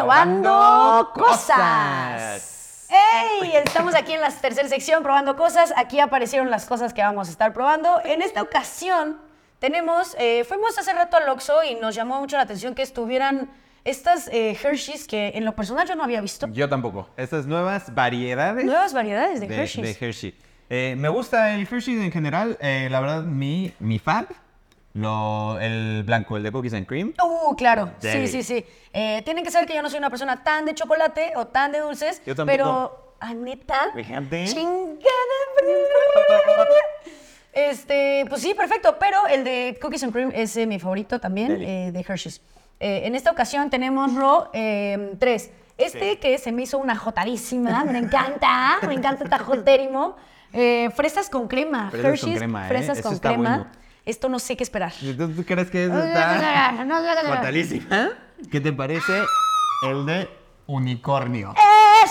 Speaker 1: Probando
Speaker 2: Cosas.
Speaker 1: Cosas.
Speaker 2: ¡Ey! Estamos aquí en la tercera sección, Probando Cosas. Aquí aparecieron las cosas que vamos a estar probando. En esta ocasión tenemos, eh, fuimos hace rato al Oxxo y nos llamó mucho la atención que estuvieran estas eh, Hershey's que en lo personal yo no había visto.
Speaker 1: Yo tampoco. Estas nuevas variedades
Speaker 2: Nuevas variedades de,
Speaker 1: de,
Speaker 2: Hershey's.
Speaker 1: de Hershey. Eh, me gusta el Hershey en general. eh, la verdad, mi, mi fan, lo, el blanco, el de cookies and cream.
Speaker 2: Uh, claro. Sí,
Speaker 1: Deli.
Speaker 2: sí, sí. Eh, tienen que saber que yo no soy una persona tan de chocolate o tan de dulces.
Speaker 1: Yo tampoco.
Speaker 2: Pero, ¿a neta?
Speaker 1: Fíjate.
Speaker 2: Chingada. Este, pues sí, perfecto. Pero el de Cookies and Cream es eh, mi favorito también,
Speaker 1: Deli.
Speaker 2: eh, de Hershey's. Eh, en esta ocasión tenemos Ro 3. Este que se me hizo una jotadísima, me encanta, me encanta esta jotérimo. Eh, fresas con crema,
Speaker 1: Fresas con
Speaker 2: Hershey's,
Speaker 1: crema, ¿eh?
Speaker 2: fresas
Speaker 1: Eso
Speaker 2: con
Speaker 1: está
Speaker 2: crema.
Speaker 1: bueno.
Speaker 2: Esto no sé qué esperar.
Speaker 1: Entonces, ¿tú crees que eso está fatalísima? ¿Qué te parece el de unicornio?
Speaker 2: Eh,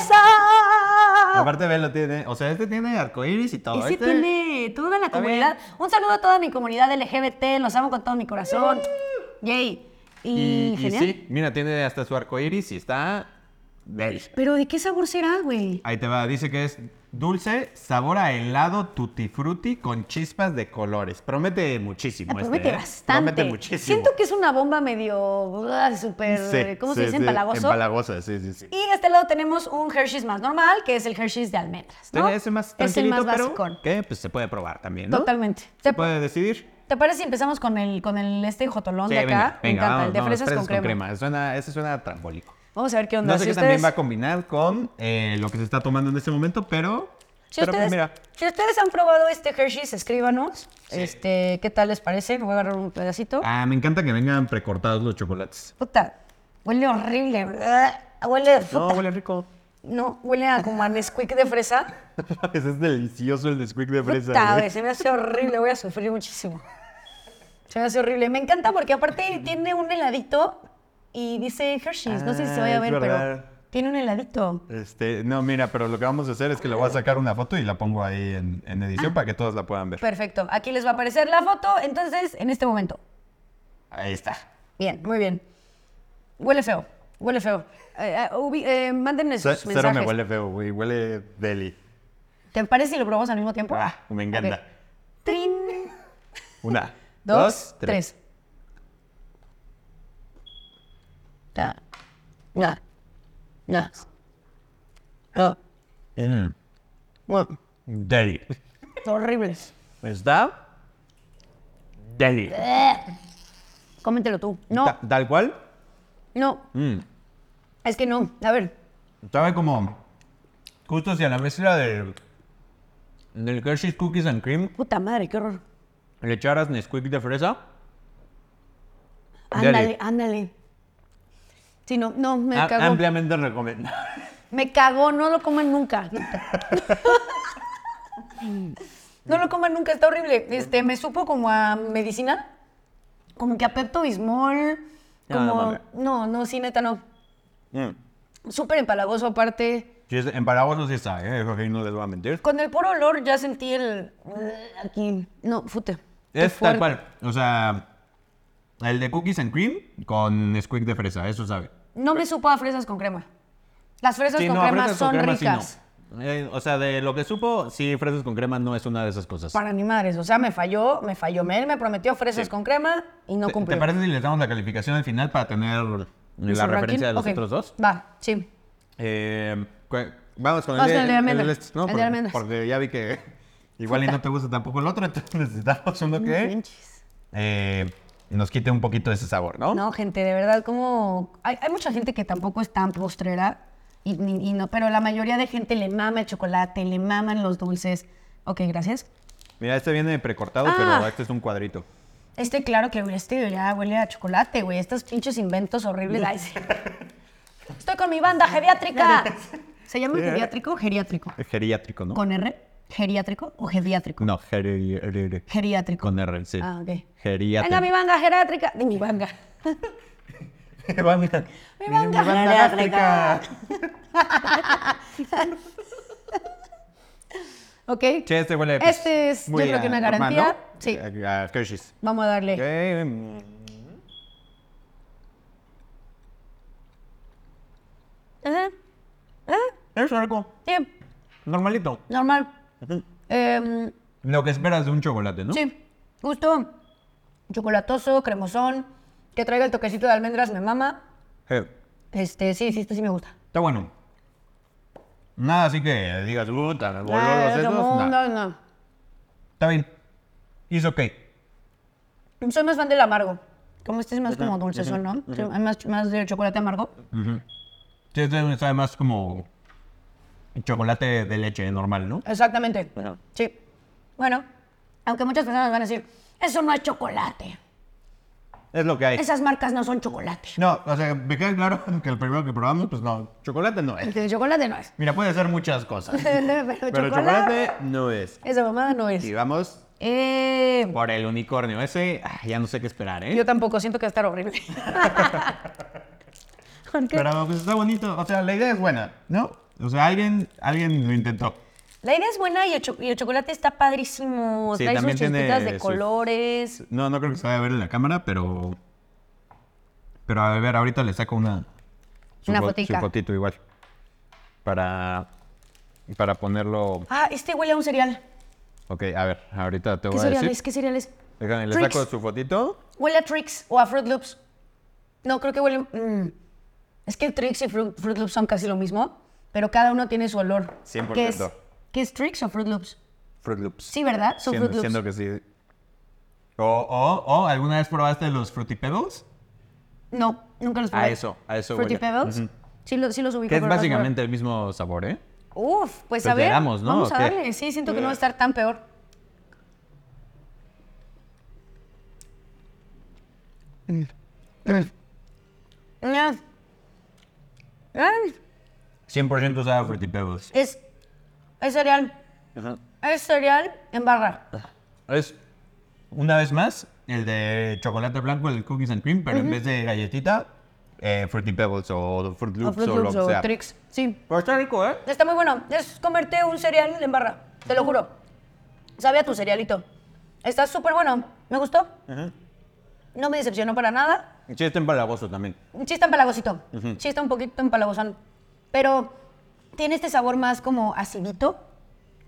Speaker 2: ¡Eso!
Speaker 1: Aparte, ve, lo tiene. O sea, este tiene arcoíris y todo.
Speaker 2: oh. Ese
Speaker 1: este-
Speaker 2: tiene toda la
Speaker 1: Está
Speaker 2: comunidad. Un saludo a toda mi comunidad LGBT, los amo con todo mi corazón. Yay.
Speaker 1: Uh.
Speaker 2: Y,
Speaker 1: Y, y
Speaker 2: genial.
Speaker 1: sí, mira, tiene hasta su arcoíris y está. Bel.
Speaker 2: Pero ¿de qué sabor será, güey?
Speaker 1: Ahí te va, dice que es dulce, sabor a helado tutti frutti con chispas de colores. Promete muchísimo. este,
Speaker 2: Ah, Promete
Speaker 1: ¿eh?
Speaker 2: bastante.
Speaker 1: Promete muchísimo.
Speaker 2: Siento que es una bomba medio ah, súper,
Speaker 1: Sí,
Speaker 2: ¿cómo se
Speaker 1: sí,
Speaker 2: dice?
Speaker 1: sí,
Speaker 2: Empalagoso.
Speaker 1: Empalagosa, sí, sí, sí.
Speaker 2: Y de este lado tenemos un Hershey's más normal, que es el Hershey's de almendras, ¿no?
Speaker 1: Tiene ese más
Speaker 2: es el
Speaker 1: tranquilito,
Speaker 2: más
Speaker 1: pero
Speaker 2: basicón.
Speaker 1: que pues, se puede probar también, ¿no?
Speaker 2: Totalmente.
Speaker 1: Se
Speaker 2: ¿Te,
Speaker 1: puede decidir.
Speaker 2: te parece si empezamos con el, con el este jotolón
Speaker 1: Sí,
Speaker 2: de acá?
Speaker 1: venga, venga,
Speaker 2: Me encanta,
Speaker 1: vamos,
Speaker 2: el de
Speaker 1: vamos,
Speaker 2: fresas, con, crema.
Speaker 1: Suena, ese suena trambólico.
Speaker 2: Vamos a ver qué onda.
Speaker 1: No sé
Speaker 2: Si
Speaker 1: qué también
Speaker 2: ustedes-
Speaker 1: va a combinar con eh, lo que se está tomando en este momento, pero.
Speaker 2: Si
Speaker 1: pero pues,
Speaker 2: ustedes,
Speaker 1: mira.
Speaker 2: si ustedes han probado este Hershey's, escríbanos. Este, ¿Qué tal les parece? Voy a agarrar un pedacito.
Speaker 1: Ah, me encanta que vengan precortados los chocolates.
Speaker 2: Puta, huele horrible. Ah, Huele,
Speaker 1: No,
Speaker 2: puta.
Speaker 1: huele rico.
Speaker 2: No, huele a como a Nesquik de fresa.
Speaker 1: Ese es delicioso el Nesquik de fresa.
Speaker 2: Puta,
Speaker 1: güey.
Speaker 2: güey, se me hace horrible. Voy a sufrir muchísimo. Se me hace horrible. Me encanta porque aparte tiene un heladito y dice Hershey's. No sé si se
Speaker 1: Ah,
Speaker 2: vaya a
Speaker 1: es
Speaker 2: ver, pero
Speaker 1: verdad.
Speaker 2: tiene un heladito.
Speaker 1: Este, no, mira, pero lo que vamos a hacer es que le voy a sacar una foto y la pongo ahí en, en
Speaker 2: Ah.
Speaker 1: edición para que todos la puedan ver.
Speaker 2: Perfecto. Aquí les va a aparecer la foto. Entonces, en este momento.
Speaker 1: Ahí está.
Speaker 2: Bien, muy bien. Huele feo, huele feo. Eh, eh, ubi- eh, mándenme
Speaker 1: Ce-
Speaker 2: sus
Speaker 1: Cero
Speaker 2: mensajes.
Speaker 1: me huele feo, güey. Huele deli.
Speaker 2: ¿Te parece si lo probamos al mismo tiempo?
Speaker 1: Ah, me encanta.
Speaker 2: Ok. Trin.
Speaker 1: Una,
Speaker 2: Dos, tres. Ya. Ya. Ya. Oh, Ya.
Speaker 1: Mm,
Speaker 2: Bueno,
Speaker 1: Deli.
Speaker 2: horribles.
Speaker 1: ¿Está? Deli.
Speaker 2: Coméntelo tú. Eh, No,
Speaker 1: Ta- tal cual.
Speaker 2: no.
Speaker 1: Mm.
Speaker 2: Es que no. A ver.
Speaker 1: Sabe como justo si a la mezcla del, del Hershey's Cookies and Cream
Speaker 2: Puta madre, qué horror.
Speaker 1: le echaras Nesquik de fresa. Dale. Ah,
Speaker 2: Ándale, ándale. Sí, no, no, me
Speaker 1: a-
Speaker 2: cagó.
Speaker 1: ampliamente recomendable.
Speaker 2: Me cagó, no lo coman nunca. no lo coman nunca, está horrible. Este, me supo como a medicina, como que a Pepto Bismol,
Speaker 1: No,
Speaker 2: como
Speaker 1: Ah, no
Speaker 2: no,
Speaker 1: mames.
Speaker 2: no, sí, neta, no.
Speaker 1: Mm.
Speaker 2: Súper empalagoso aparte.
Speaker 1: Sí, es- en Paraguas sí está, ¿eh? Eso que no les voy a mentir.
Speaker 2: Con el puro olor ya sentí el aquí, no, fute. qué
Speaker 1: Es tal
Speaker 2: fuerte.
Speaker 1: cual. O sea, El de cookies and cream con squeak de fresa, eso sabe.
Speaker 2: No me supo a fresas con crema. Las fresas
Speaker 1: Sí,
Speaker 2: con
Speaker 1: no,
Speaker 2: crema
Speaker 1: fresas
Speaker 2: son
Speaker 1: con crema sí, no.
Speaker 2: ricas.
Speaker 1: Eh, o sea, de lo que supo, sí, fresas con crema no es una de esas cosas.
Speaker 2: Para ni madres, o sea, me falló, me falló. Él me prometió fresas con crema y no
Speaker 1: ¿Te- ¿Te,
Speaker 2: cumplió.
Speaker 1: parece si les damos la calificación al final para tener
Speaker 2: ¿Y
Speaker 1: la
Speaker 2: su ranking?
Speaker 1: referencia de los
Speaker 2: Ok.
Speaker 1: otros dos?
Speaker 2: Va, sí.
Speaker 1: Eh, cu- vamos con
Speaker 2: Vamos
Speaker 1: el,
Speaker 2: con el de almendras.
Speaker 1: leches, ¿no?
Speaker 2: El de
Speaker 1: Porque-
Speaker 2: almendras.
Speaker 1: Porque ya vi que igual y
Speaker 2: Puta.
Speaker 1: no te gusta tampoco el otro, entonces necesitamos uno que
Speaker 2: Pinches.
Speaker 1: eh, nos quite un poquito de ese sabor, ¿no?
Speaker 2: No, gente, de verdad, como. Hay, hay mucha gente que tampoco es tan postrera, y, ni- y no, pero la mayoría de gente le mama el chocolate, le maman los dulces. Ok, gracias.
Speaker 1: Mira, este viene precortado,
Speaker 2: Ah.
Speaker 1: pero este es un cuadrito.
Speaker 2: Este, claro que huele- este ya huele a chocolate, güey. Estos pinches inventos horribles. Ay, sí. Estoy con mi banda geriátrica. ¿Se llama geriátrico o geriátrico?
Speaker 1: Geriátrico, ¿eh? ¿no?
Speaker 2: ¿Con R? ¿Geriátrico o geriátrico?
Speaker 1: No, geri- geri-
Speaker 2: Geriátrico.
Speaker 1: con R, sí.
Speaker 2: Ah, ok.
Speaker 1: Geriátrico.
Speaker 2: Venga, mi banda geriátrica. De mi banda.
Speaker 1: Va, mira.
Speaker 2: Mi
Speaker 1: Mira,
Speaker 2: banda
Speaker 1: gástrica.
Speaker 2: Ok.
Speaker 1: Che, este huele pues,
Speaker 2: Este es, yo
Speaker 1: muy
Speaker 2: creo que
Speaker 1: a
Speaker 2: una
Speaker 1: normal,
Speaker 2: garantía.
Speaker 1: ¿no? Eh,
Speaker 2: Sí.
Speaker 1: A, a Hershey's.
Speaker 2: Vamos a darle.
Speaker 1: Ok, mm.
Speaker 2: Ajá. Ajá.
Speaker 1: Es algo
Speaker 2: Sí,
Speaker 1: normalito.
Speaker 2: normal. Em,
Speaker 1: Lo que esperas de un chocolate, ¿no?
Speaker 2: Sí, gusto chocolatoso, cremosón, que traiga el toquecito de almendras, me mama.
Speaker 1: Eh,
Speaker 2: Este, sí, sí, esto sí me gusta.
Speaker 1: está bueno. Nada, así que digas, puta, me voló
Speaker 2: Ah,
Speaker 1: los dedos.
Speaker 2: no,
Speaker 1: nah.
Speaker 2: no, no.
Speaker 1: Está bien. It's ok.
Speaker 2: Soy más fan del amargo. Como este es más como dulce, ¿no? Sí, hay más, más de chocolate amargo.
Speaker 1: Sí, este sabe más como chocolate de leche normal, ¿no?
Speaker 2: Exactamente. Sí. Bueno, aunque muchas personas van a decir, eso no es chocolate.
Speaker 1: Es lo que hay.
Speaker 2: Esas marcas no son chocolate.
Speaker 1: No, o sea, me queda claro que el primero que probamos, pues no, chocolate no es.
Speaker 2: Porque chocolate no es.
Speaker 1: Mira, puede ser muchas cosas.
Speaker 2: Pero,
Speaker 1: Pero
Speaker 2: chocolate,
Speaker 1: chocolate no es.
Speaker 2: Esa mamada no es.
Speaker 1: Y vamos
Speaker 2: Eh,
Speaker 1: por el unicornio. Ese, ah, ya no sé qué esperar, ¿eh?
Speaker 2: yo tampoco siento que va a estar horrible. ¿Por qué?
Speaker 1: Pero pues está bonito. O sea, la idea es buena, ¿no? O sea, alguien, alguien lo intentó.
Speaker 2: La idea es buena y el, cho- y el chocolate está padrísimo.
Speaker 1: Sí,
Speaker 2: Trae sus
Speaker 1: también tiene
Speaker 2: chispitas de
Speaker 1: sus-
Speaker 2: colores.
Speaker 1: No, no creo que se vaya a ver en la cámara, pero. Pero a ver, ahorita le saco una.
Speaker 2: Una
Speaker 1: fo-
Speaker 2: fotica.
Speaker 1: fotito igual. Para. Para ponerlo.
Speaker 2: Ah, este huele a un cereal.
Speaker 1: Ok, a ver, ahorita te
Speaker 2: ¿Qué
Speaker 1: voy a
Speaker 2: cereal
Speaker 1: decir.
Speaker 2: es? ¿Qué cereal es?
Speaker 1: Déjame, le
Speaker 2: Trix.
Speaker 1: saco su fotito.
Speaker 2: Huele a Trix o a Fruit Loops. No, creo que huele... mm. Es que Trix y Fru- Fruit Loops son casi lo mismo, pero cada uno tiene su olor.
Speaker 1: 100%.
Speaker 2: ¿Qué es, ¿Qué es Trix o Fruit Loops?
Speaker 1: Fruit Loops.
Speaker 2: Sí, ¿verdad? Son
Speaker 1: Siendo,
Speaker 2: Fruit Loops.
Speaker 1: siendo que sí. O, o, o, ¿alguna vez probaste los Fruity Pebbles?
Speaker 2: No, nunca los
Speaker 1: A
Speaker 2: probé.
Speaker 1: eso, a eso
Speaker 2: Fruity
Speaker 1: huele.
Speaker 2: Pebbles. Sí, lo- sí los ubico.
Speaker 1: Que es
Speaker 2: pero no los probé.
Speaker 1: básicamente el mismo sabor, ¿eh?
Speaker 2: Uf, pues
Speaker 1: Pues
Speaker 2: a
Speaker 1: le
Speaker 2: ver.
Speaker 1: damos, ¿no?
Speaker 2: Vamos a
Speaker 1: ¿O qué?
Speaker 2: darle. Sí, siento que no va a estar tan peor. Ah. Ah,
Speaker 1: 100% sabe a Fruity Pebbles.
Speaker 2: Es, es cereal. Es cereal en barra.
Speaker 1: Es, una vez más, el de chocolate blanco, el cookies and cream, pero en vez de galletita, eh, Fruity Pebbles o Fruit
Speaker 2: O
Speaker 1: Loops o,
Speaker 2: Fruit
Speaker 1: lo
Speaker 2: Loops
Speaker 1: que
Speaker 2: Ah, pues, o
Speaker 1: sea.
Speaker 2: Trix. Sí.
Speaker 1: Pero está rico, ¿eh?
Speaker 2: Está muy bueno. Es comerte un cereal en barra. Te lo juro. Sabe a tu cerealito. Está súper bueno. Me gustó. No me decepcionó para nada.
Speaker 1: Sí, está empalagoso también.
Speaker 2: Sí está empalagosito. Sí está un poquito empalagosón. Pero tiene este sabor más como acidito.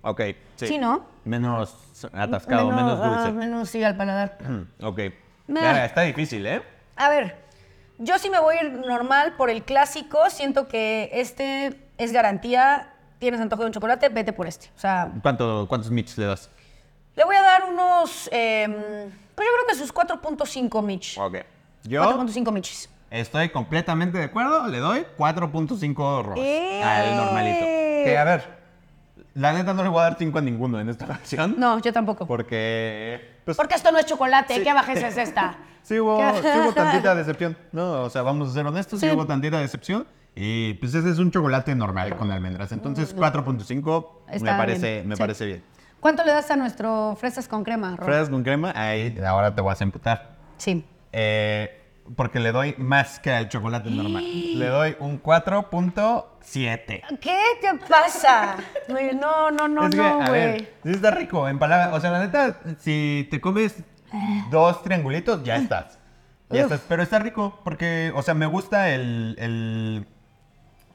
Speaker 1: Ok, sí.
Speaker 2: Sí, ¿no?
Speaker 1: Menos atascado, menos,
Speaker 2: ah,
Speaker 1: dulce.
Speaker 2: menos sí al paladar.
Speaker 1: Mm, ok.
Speaker 2: Nah.
Speaker 1: Verga, Está difícil, ¿eh?
Speaker 2: A ver, yo sí me voy a ir normal por el clásico. Siento que este es garantía. Tienes antojo de un chocolate, vete por este. O sea,
Speaker 1: ¿Cuánto, ¿Cuántos mits le das?
Speaker 2: le voy a dar unos... em, pues yo creo que sus 4.5 Mitch.
Speaker 1: Ok. Yo
Speaker 2: 4.5 Michis.
Speaker 1: estoy completamente de acuerdo, le doy 4.5 rojos
Speaker 2: ¡Eh!
Speaker 1: al normalito. Que a ver, la neta no le voy a dar 5 a ninguno en esta ocasión.
Speaker 2: No, yo tampoco.
Speaker 1: Porque. Pues,
Speaker 2: Porque esto no es chocolate.
Speaker 1: Sí.
Speaker 2: ¿Qué bajeza es esta?
Speaker 1: sí hubo,
Speaker 2: ¿Qué?
Speaker 1: sí hubo tantita decepción. No, o sea, vamos a ser honestos, sí
Speaker 2: Sí.
Speaker 1: hubo tantita decepción. Y pues ese es un chocolate normal con almendras. Entonces 4.5 me
Speaker 2: Mm. Está
Speaker 1: parece
Speaker 2: bien,
Speaker 1: me
Speaker 2: sí.
Speaker 1: parece bien.
Speaker 2: ¿Cuánto le das a nuestro fresas con crema, Ron?
Speaker 1: Fresas con crema, ahí ahora te vas a emputar.
Speaker 2: Sí.
Speaker 1: Eh, porque le doy más que al chocolate normal. Le doy un 4.7.
Speaker 2: ¿Qué te pasa? Güey, No, no, no,
Speaker 1: Es que,
Speaker 2: no,
Speaker 1: a
Speaker 2: güey.
Speaker 1: ver, sí está rico, en palabras. O sea, la neta, si te comes dos triangulitos, ya estás. Y está- pero está rico porque, o sea, me gusta el, el,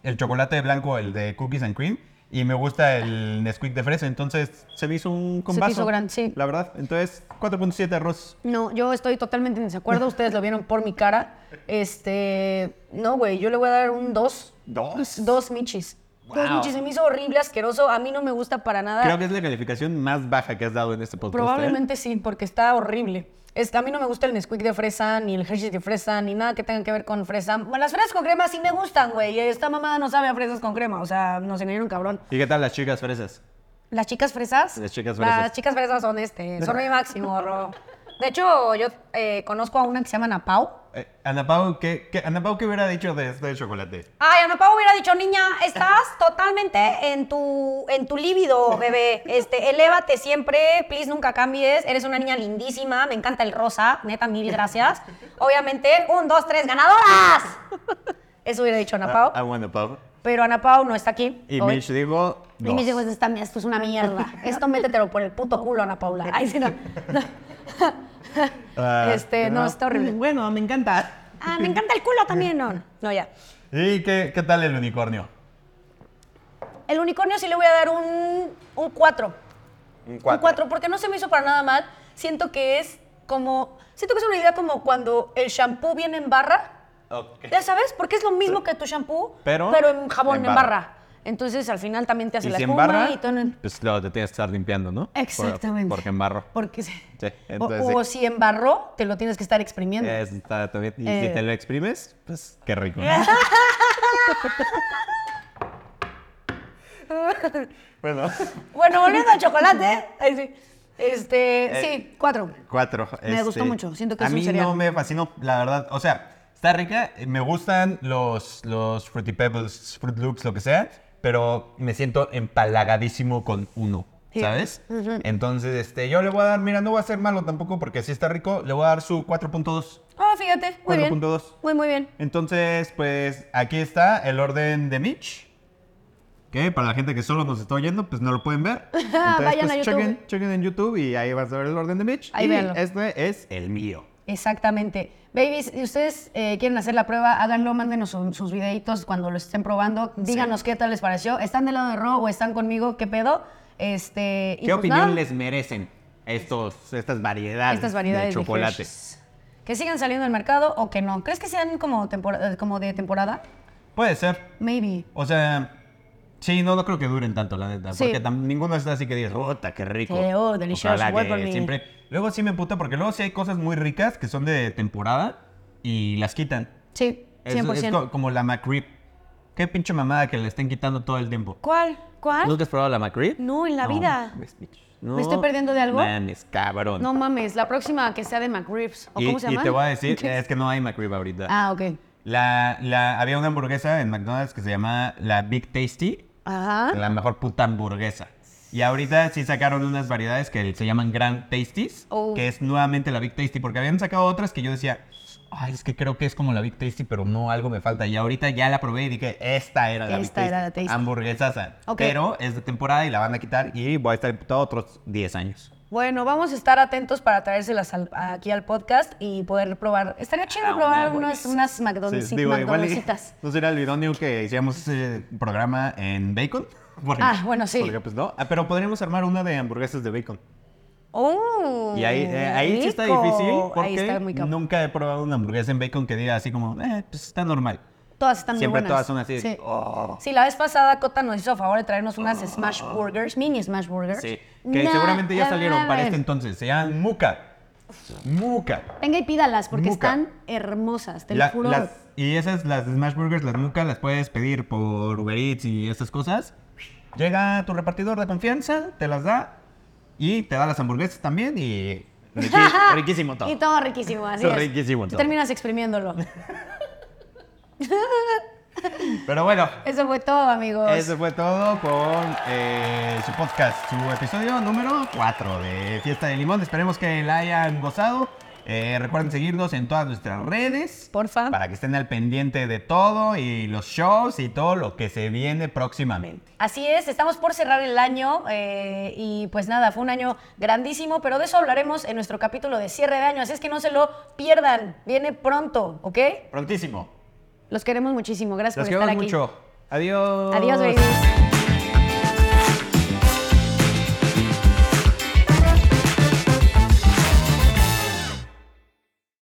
Speaker 1: el chocolate blanco, el de cookies and cream, y me gusta el Nesquik de fresa. Entonces, se me hizo un combazo.
Speaker 2: hizo grande, sí.
Speaker 1: La verdad. Entonces, 4.7 arroz.
Speaker 2: No, yo estoy totalmente en desacuerdo. Ustedes lo vieron por mi cara. Este. No, güey, yo le voy a dar un 2.
Speaker 1: ¿Dos?
Speaker 2: Pues, Dos michis. Dos
Speaker 1: Wow.
Speaker 2: michis. Se me hizo horrible, asqueroso. A mí no me gusta para nada.
Speaker 1: Creo que es la calificación más baja que has dado en este podcast. ¿eh?
Speaker 2: Probablemente sí, porque está horrible. Es- a mí no me gusta el Nesquik de fresa, ni el Hershey's de fresa, ni nada que tenga que ver con fresa. Bueno, las fresas con crema sí me gustan, güey. y Esta mamada no sabe a fresas con crema. O sea, nos engañaron cabrón.
Speaker 1: ¿Y qué tal las chicas fresas?
Speaker 2: ¿Las chicas fresas?
Speaker 1: Las chicas fresas.
Speaker 2: Las chicas fresas son este, son mi máximo, Ro. De hecho, yo eh, conozco a una que se llama Ana Pau.
Speaker 1: Eh, Ana Pau, ¿qué, qué- Ana Pau, ¿qué hubiera dicho de este chocolate?
Speaker 2: Ay, Ana Pau hubiera dicho, niña, estás totalmente en tu, en tu líbido, bebé. Este, elévate siempre, please, nunca cambies. Eres una niña lindísima, me encanta el rosa, neta, mil gracias. Obviamente, un, dos, tres, ganadoras. Eso hubiera dicho Ana Pau,
Speaker 1: Agua Ana Pau.
Speaker 2: pero Ana Pau no está aquí.
Speaker 1: Ah, Y
Speaker 2: hoy.
Speaker 1: Mitch digo
Speaker 2: Y mis hijos, esta, esto es una mierda. Esto métetelo por el puto culo, Ana Paula. Ay, sí, no.
Speaker 1: Ah,
Speaker 2: este, no, está horrible.
Speaker 1: Mm, Bueno, me encanta.
Speaker 2: Ah, me encanta el culo también, no. No, ya.
Speaker 1: ¿Y qué, qué tal el unicornio?
Speaker 2: El unicornio sí le voy a dar un, un 4.
Speaker 1: Un
Speaker 2: Un 4, porque no se me hizo para nada mal. Siento que es como. Siento que es una idea como cuando el shampoo viene en barra. Ya sabes, porque es lo mismo que tu shampoo,
Speaker 1: Pero
Speaker 2: en jabón en
Speaker 1: en
Speaker 2: barra.
Speaker 1: barra.
Speaker 2: Entonces al final también te hace
Speaker 1: Y
Speaker 2: la
Speaker 1: si
Speaker 2: espuma
Speaker 1: embarra,
Speaker 2: y todo. en-
Speaker 1: pues claro, te tienes que estar limpiando, ¿no? Por-
Speaker 2: Exactamente.
Speaker 1: porque embarro.
Speaker 2: Porque se-
Speaker 1: Sí,
Speaker 2: o-
Speaker 1: entonces
Speaker 2: o,
Speaker 1: sí.
Speaker 2: si embarró, te lo tienes que estar exprimiendo.
Speaker 1: Eso está también. Y
Speaker 2: Eh.
Speaker 1: si te lo exprimes, pues qué rico. ¿no? bueno,
Speaker 2: Bueno, volviendo al chocolate. ay, sí.
Speaker 1: Eh,
Speaker 2: Este, sí, cuatro.
Speaker 1: cuatro. este,
Speaker 2: Me gustó mucho, siento que
Speaker 1: a
Speaker 2: es un
Speaker 1: mí
Speaker 2: cereal.
Speaker 1: no me fascinó, la verdad. O sea, está rica. eh, Me gustan los, los Fruity Pebbles, Fruit Loops, lo que sea. Pero me siento empalagadísimo con uno.
Speaker 2: Sí.
Speaker 1: ¿Sabes? Entonces, este, yo le voy a dar, mira, no va a ser malo tampoco porque si está rico, le voy a dar su 4.2.
Speaker 2: Ah, fíjate, muy bien.
Speaker 1: 4.2.
Speaker 2: Muy, muy bien.
Speaker 1: Entonces, pues aquí está el orden de Mitch. Que para la gente que solo nos está oyendo, pues no lo pueden ver. Entonces,
Speaker 2: Vayan
Speaker 1: pues,
Speaker 2: a YouTube.
Speaker 1: Chequen, chequen en YouTube y ahí vas a ver el orden de Mitch.
Speaker 2: Ahí
Speaker 1: y
Speaker 2: véanlo.
Speaker 1: este es el mío.
Speaker 2: Exactamente. Babies, si ustedes eh, quieren hacer la prueba, háganlo, mándenos su- sus videitos cuando lo estén probando. Díganos qué tal les pareció. ¿Están del lado de Ro o están conmigo? ¿Qué pedo? Este, y
Speaker 3: ¿Qué
Speaker 2: pues
Speaker 3: opinión
Speaker 2: nada,
Speaker 3: les merecen estos, estas variedades,
Speaker 2: estas variedades
Speaker 3: de
Speaker 2: de
Speaker 3: chocolate?
Speaker 2: Hershey's? Que sigan saliendo al mercado o que no. ¿Crees que sean como, tempora- eh, como de temporada?
Speaker 1: Puede ser.
Speaker 2: Maybe.
Speaker 1: O sea, sí, no, no creo que duren tanto, la neta.
Speaker 2: Sí.
Speaker 1: Porque tam- ninguno está así que digas,
Speaker 3: Puta, qué rico.
Speaker 2: Sí, oh, delicioso,
Speaker 3: Ojalá
Speaker 2: voy
Speaker 3: que
Speaker 2: por mi-
Speaker 3: siempre-
Speaker 1: Luego sí me emputa porque luego sí hay cosas muy ricas que son de temporada y las quitan.
Speaker 2: Sí,
Speaker 1: Es,
Speaker 2: 100%.
Speaker 1: es co- como la McRib. Qué pinche mamada que le estén quitando todo el tiempo.
Speaker 2: ¿Cuál? ¿Cuál?
Speaker 3: ¿Nunca has probado la McRib?
Speaker 2: ¿Ah? No, en la
Speaker 1: No.
Speaker 2: vida.
Speaker 3: Pues, Mitch, no.
Speaker 2: ¿Me estoy perdiendo de algo?
Speaker 3: Mames, cabrón.
Speaker 2: No mames, la próxima que sea de McRibs. ¿O
Speaker 1: y,
Speaker 2: cómo se
Speaker 1: y
Speaker 2: llama?
Speaker 1: te voy a decir, es que no hay McRib ahorita.
Speaker 2: Ah, ok.
Speaker 1: La, la- había una hamburguesa en McDonald's que se llamaba la Big Tasty,
Speaker 2: Ajá.
Speaker 1: la mejor puta hamburguesa. Y ahorita sí sacaron unas variedades que se llaman Grand Tasties,
Speaker 2: Oh.
Speaker 1: que es nuevamente la Big Tasty, porque habían sacado otras que yo decía, ay, es que creo que es como la Big Tasty, pero no, algo me falta. Y ahorita ya la probé y dije, esta era la
Speaker 2: Esta
Speaker 1: Big Tasty.
Speaker 2: era la Tasty.
Speaker 1: Hamburguesaza.
Speaker 2: Ok.
Speaker 1: Pero es de temporada y la van a quitar y voy a estar imputado otros 10 años.
Speaker 2: Bueno, vamos a estar atentos para traérselas al- aquí al podcast y poder probar. Estaría chido probar unas, unas McDonald's, McDonald'sitas.
Speaker 1: no sería el idóneo que hicimos ese programa en Bacon. porque-
Speaker 2: Ah, bueno, sí.
Speaker 1: porque, pues, no. Ah, pero podríamos armar una de hamburguesas de Bacon.
Speaker 2: ¡Oh!
Speaker 1: Y ahí, eh, ahí sí está
Speaker 2: rico.
Speaker 1: difícil
Speaker 2: Ahí está muy
Speaker 1: porque
Speaker 2: cabrón.
Speaker 1: nunca he probado una hamburguesa en Bacon que diga así como, eh, pues está normal.
Speaker 2: Todas están
Speaker 1: Siempre
Speaker 2: muy
Speaker 1: todas
Speaker 2: buenas.
Speaker 1: son así de- oh.
Speaker 2: Sí. Sí, la vez pasada Cota nos hizo favor de traernos unas Smash Burgers, mini Smash Burgers.
Speaker 1: Sí. Que
Speaker 2: Nah,
Speaker 1: seguramente ya
Speaker 2: no
Speaker 1: salieron para
Speaker 2: mames.
Speaker 1: este entonces. Se llaman Muca. Muca.
Speaker 2: Venga y pídalas porque
Speaker 1: Muca.
Speaker 2: están hermosas, te
Speaker 1: La-
Speaker 2: lo juro.
Speaker 1: las- y esas, las Smash Burgers, las Muca, las puedes pedir por Uber Eats y esas cosas. Llega tu repartidor de confianza, te las da y te da las hamburguesas también y...
Speaker 3: Riqui- riquísimo todo.
Speaker 2: Y todo riquísimo, así
Speaker 3: Todo
Speaker 2: es.
Speaker 3: riquísimo
Speaker 2: Tú
Speaker 3: todo.
Speaker 2: terminas exprimiéndolo.
Speaker 1: Pero bueno,
Speaker 2: Eso fue todo, amigos.
Speaker 1: eso fue todo con eh, su podcast, su episodio número 4 de Fiesta de Limón. Esperemos que la hayan gozado. Eh, recuerden seguirnos en todas nuestras redes.
Speaker 2: Porfa.
Speaker 1: Para que estén al pendiente de todo y los shows y todo lo que se viene próximamente.
Speaker 2: Así es, estamos por cerrar el año eh, y pues nada, fue un año grandísimo, pero de eso hablaremos en nuestro capítulo de cierre de año, así es que no se lo pierdan, viene pronto, ¿ok?
Speaker 1: Prontísimo.
Speaker 2: Los queremos muchísimo, gracias
Speaker 1: Los
Speaker 2: por estar
Speaker 1: queremos
Speaker 2: aquí.
Speaker 1: mucho. Adiós.
Speaker 2: Adiós, babies.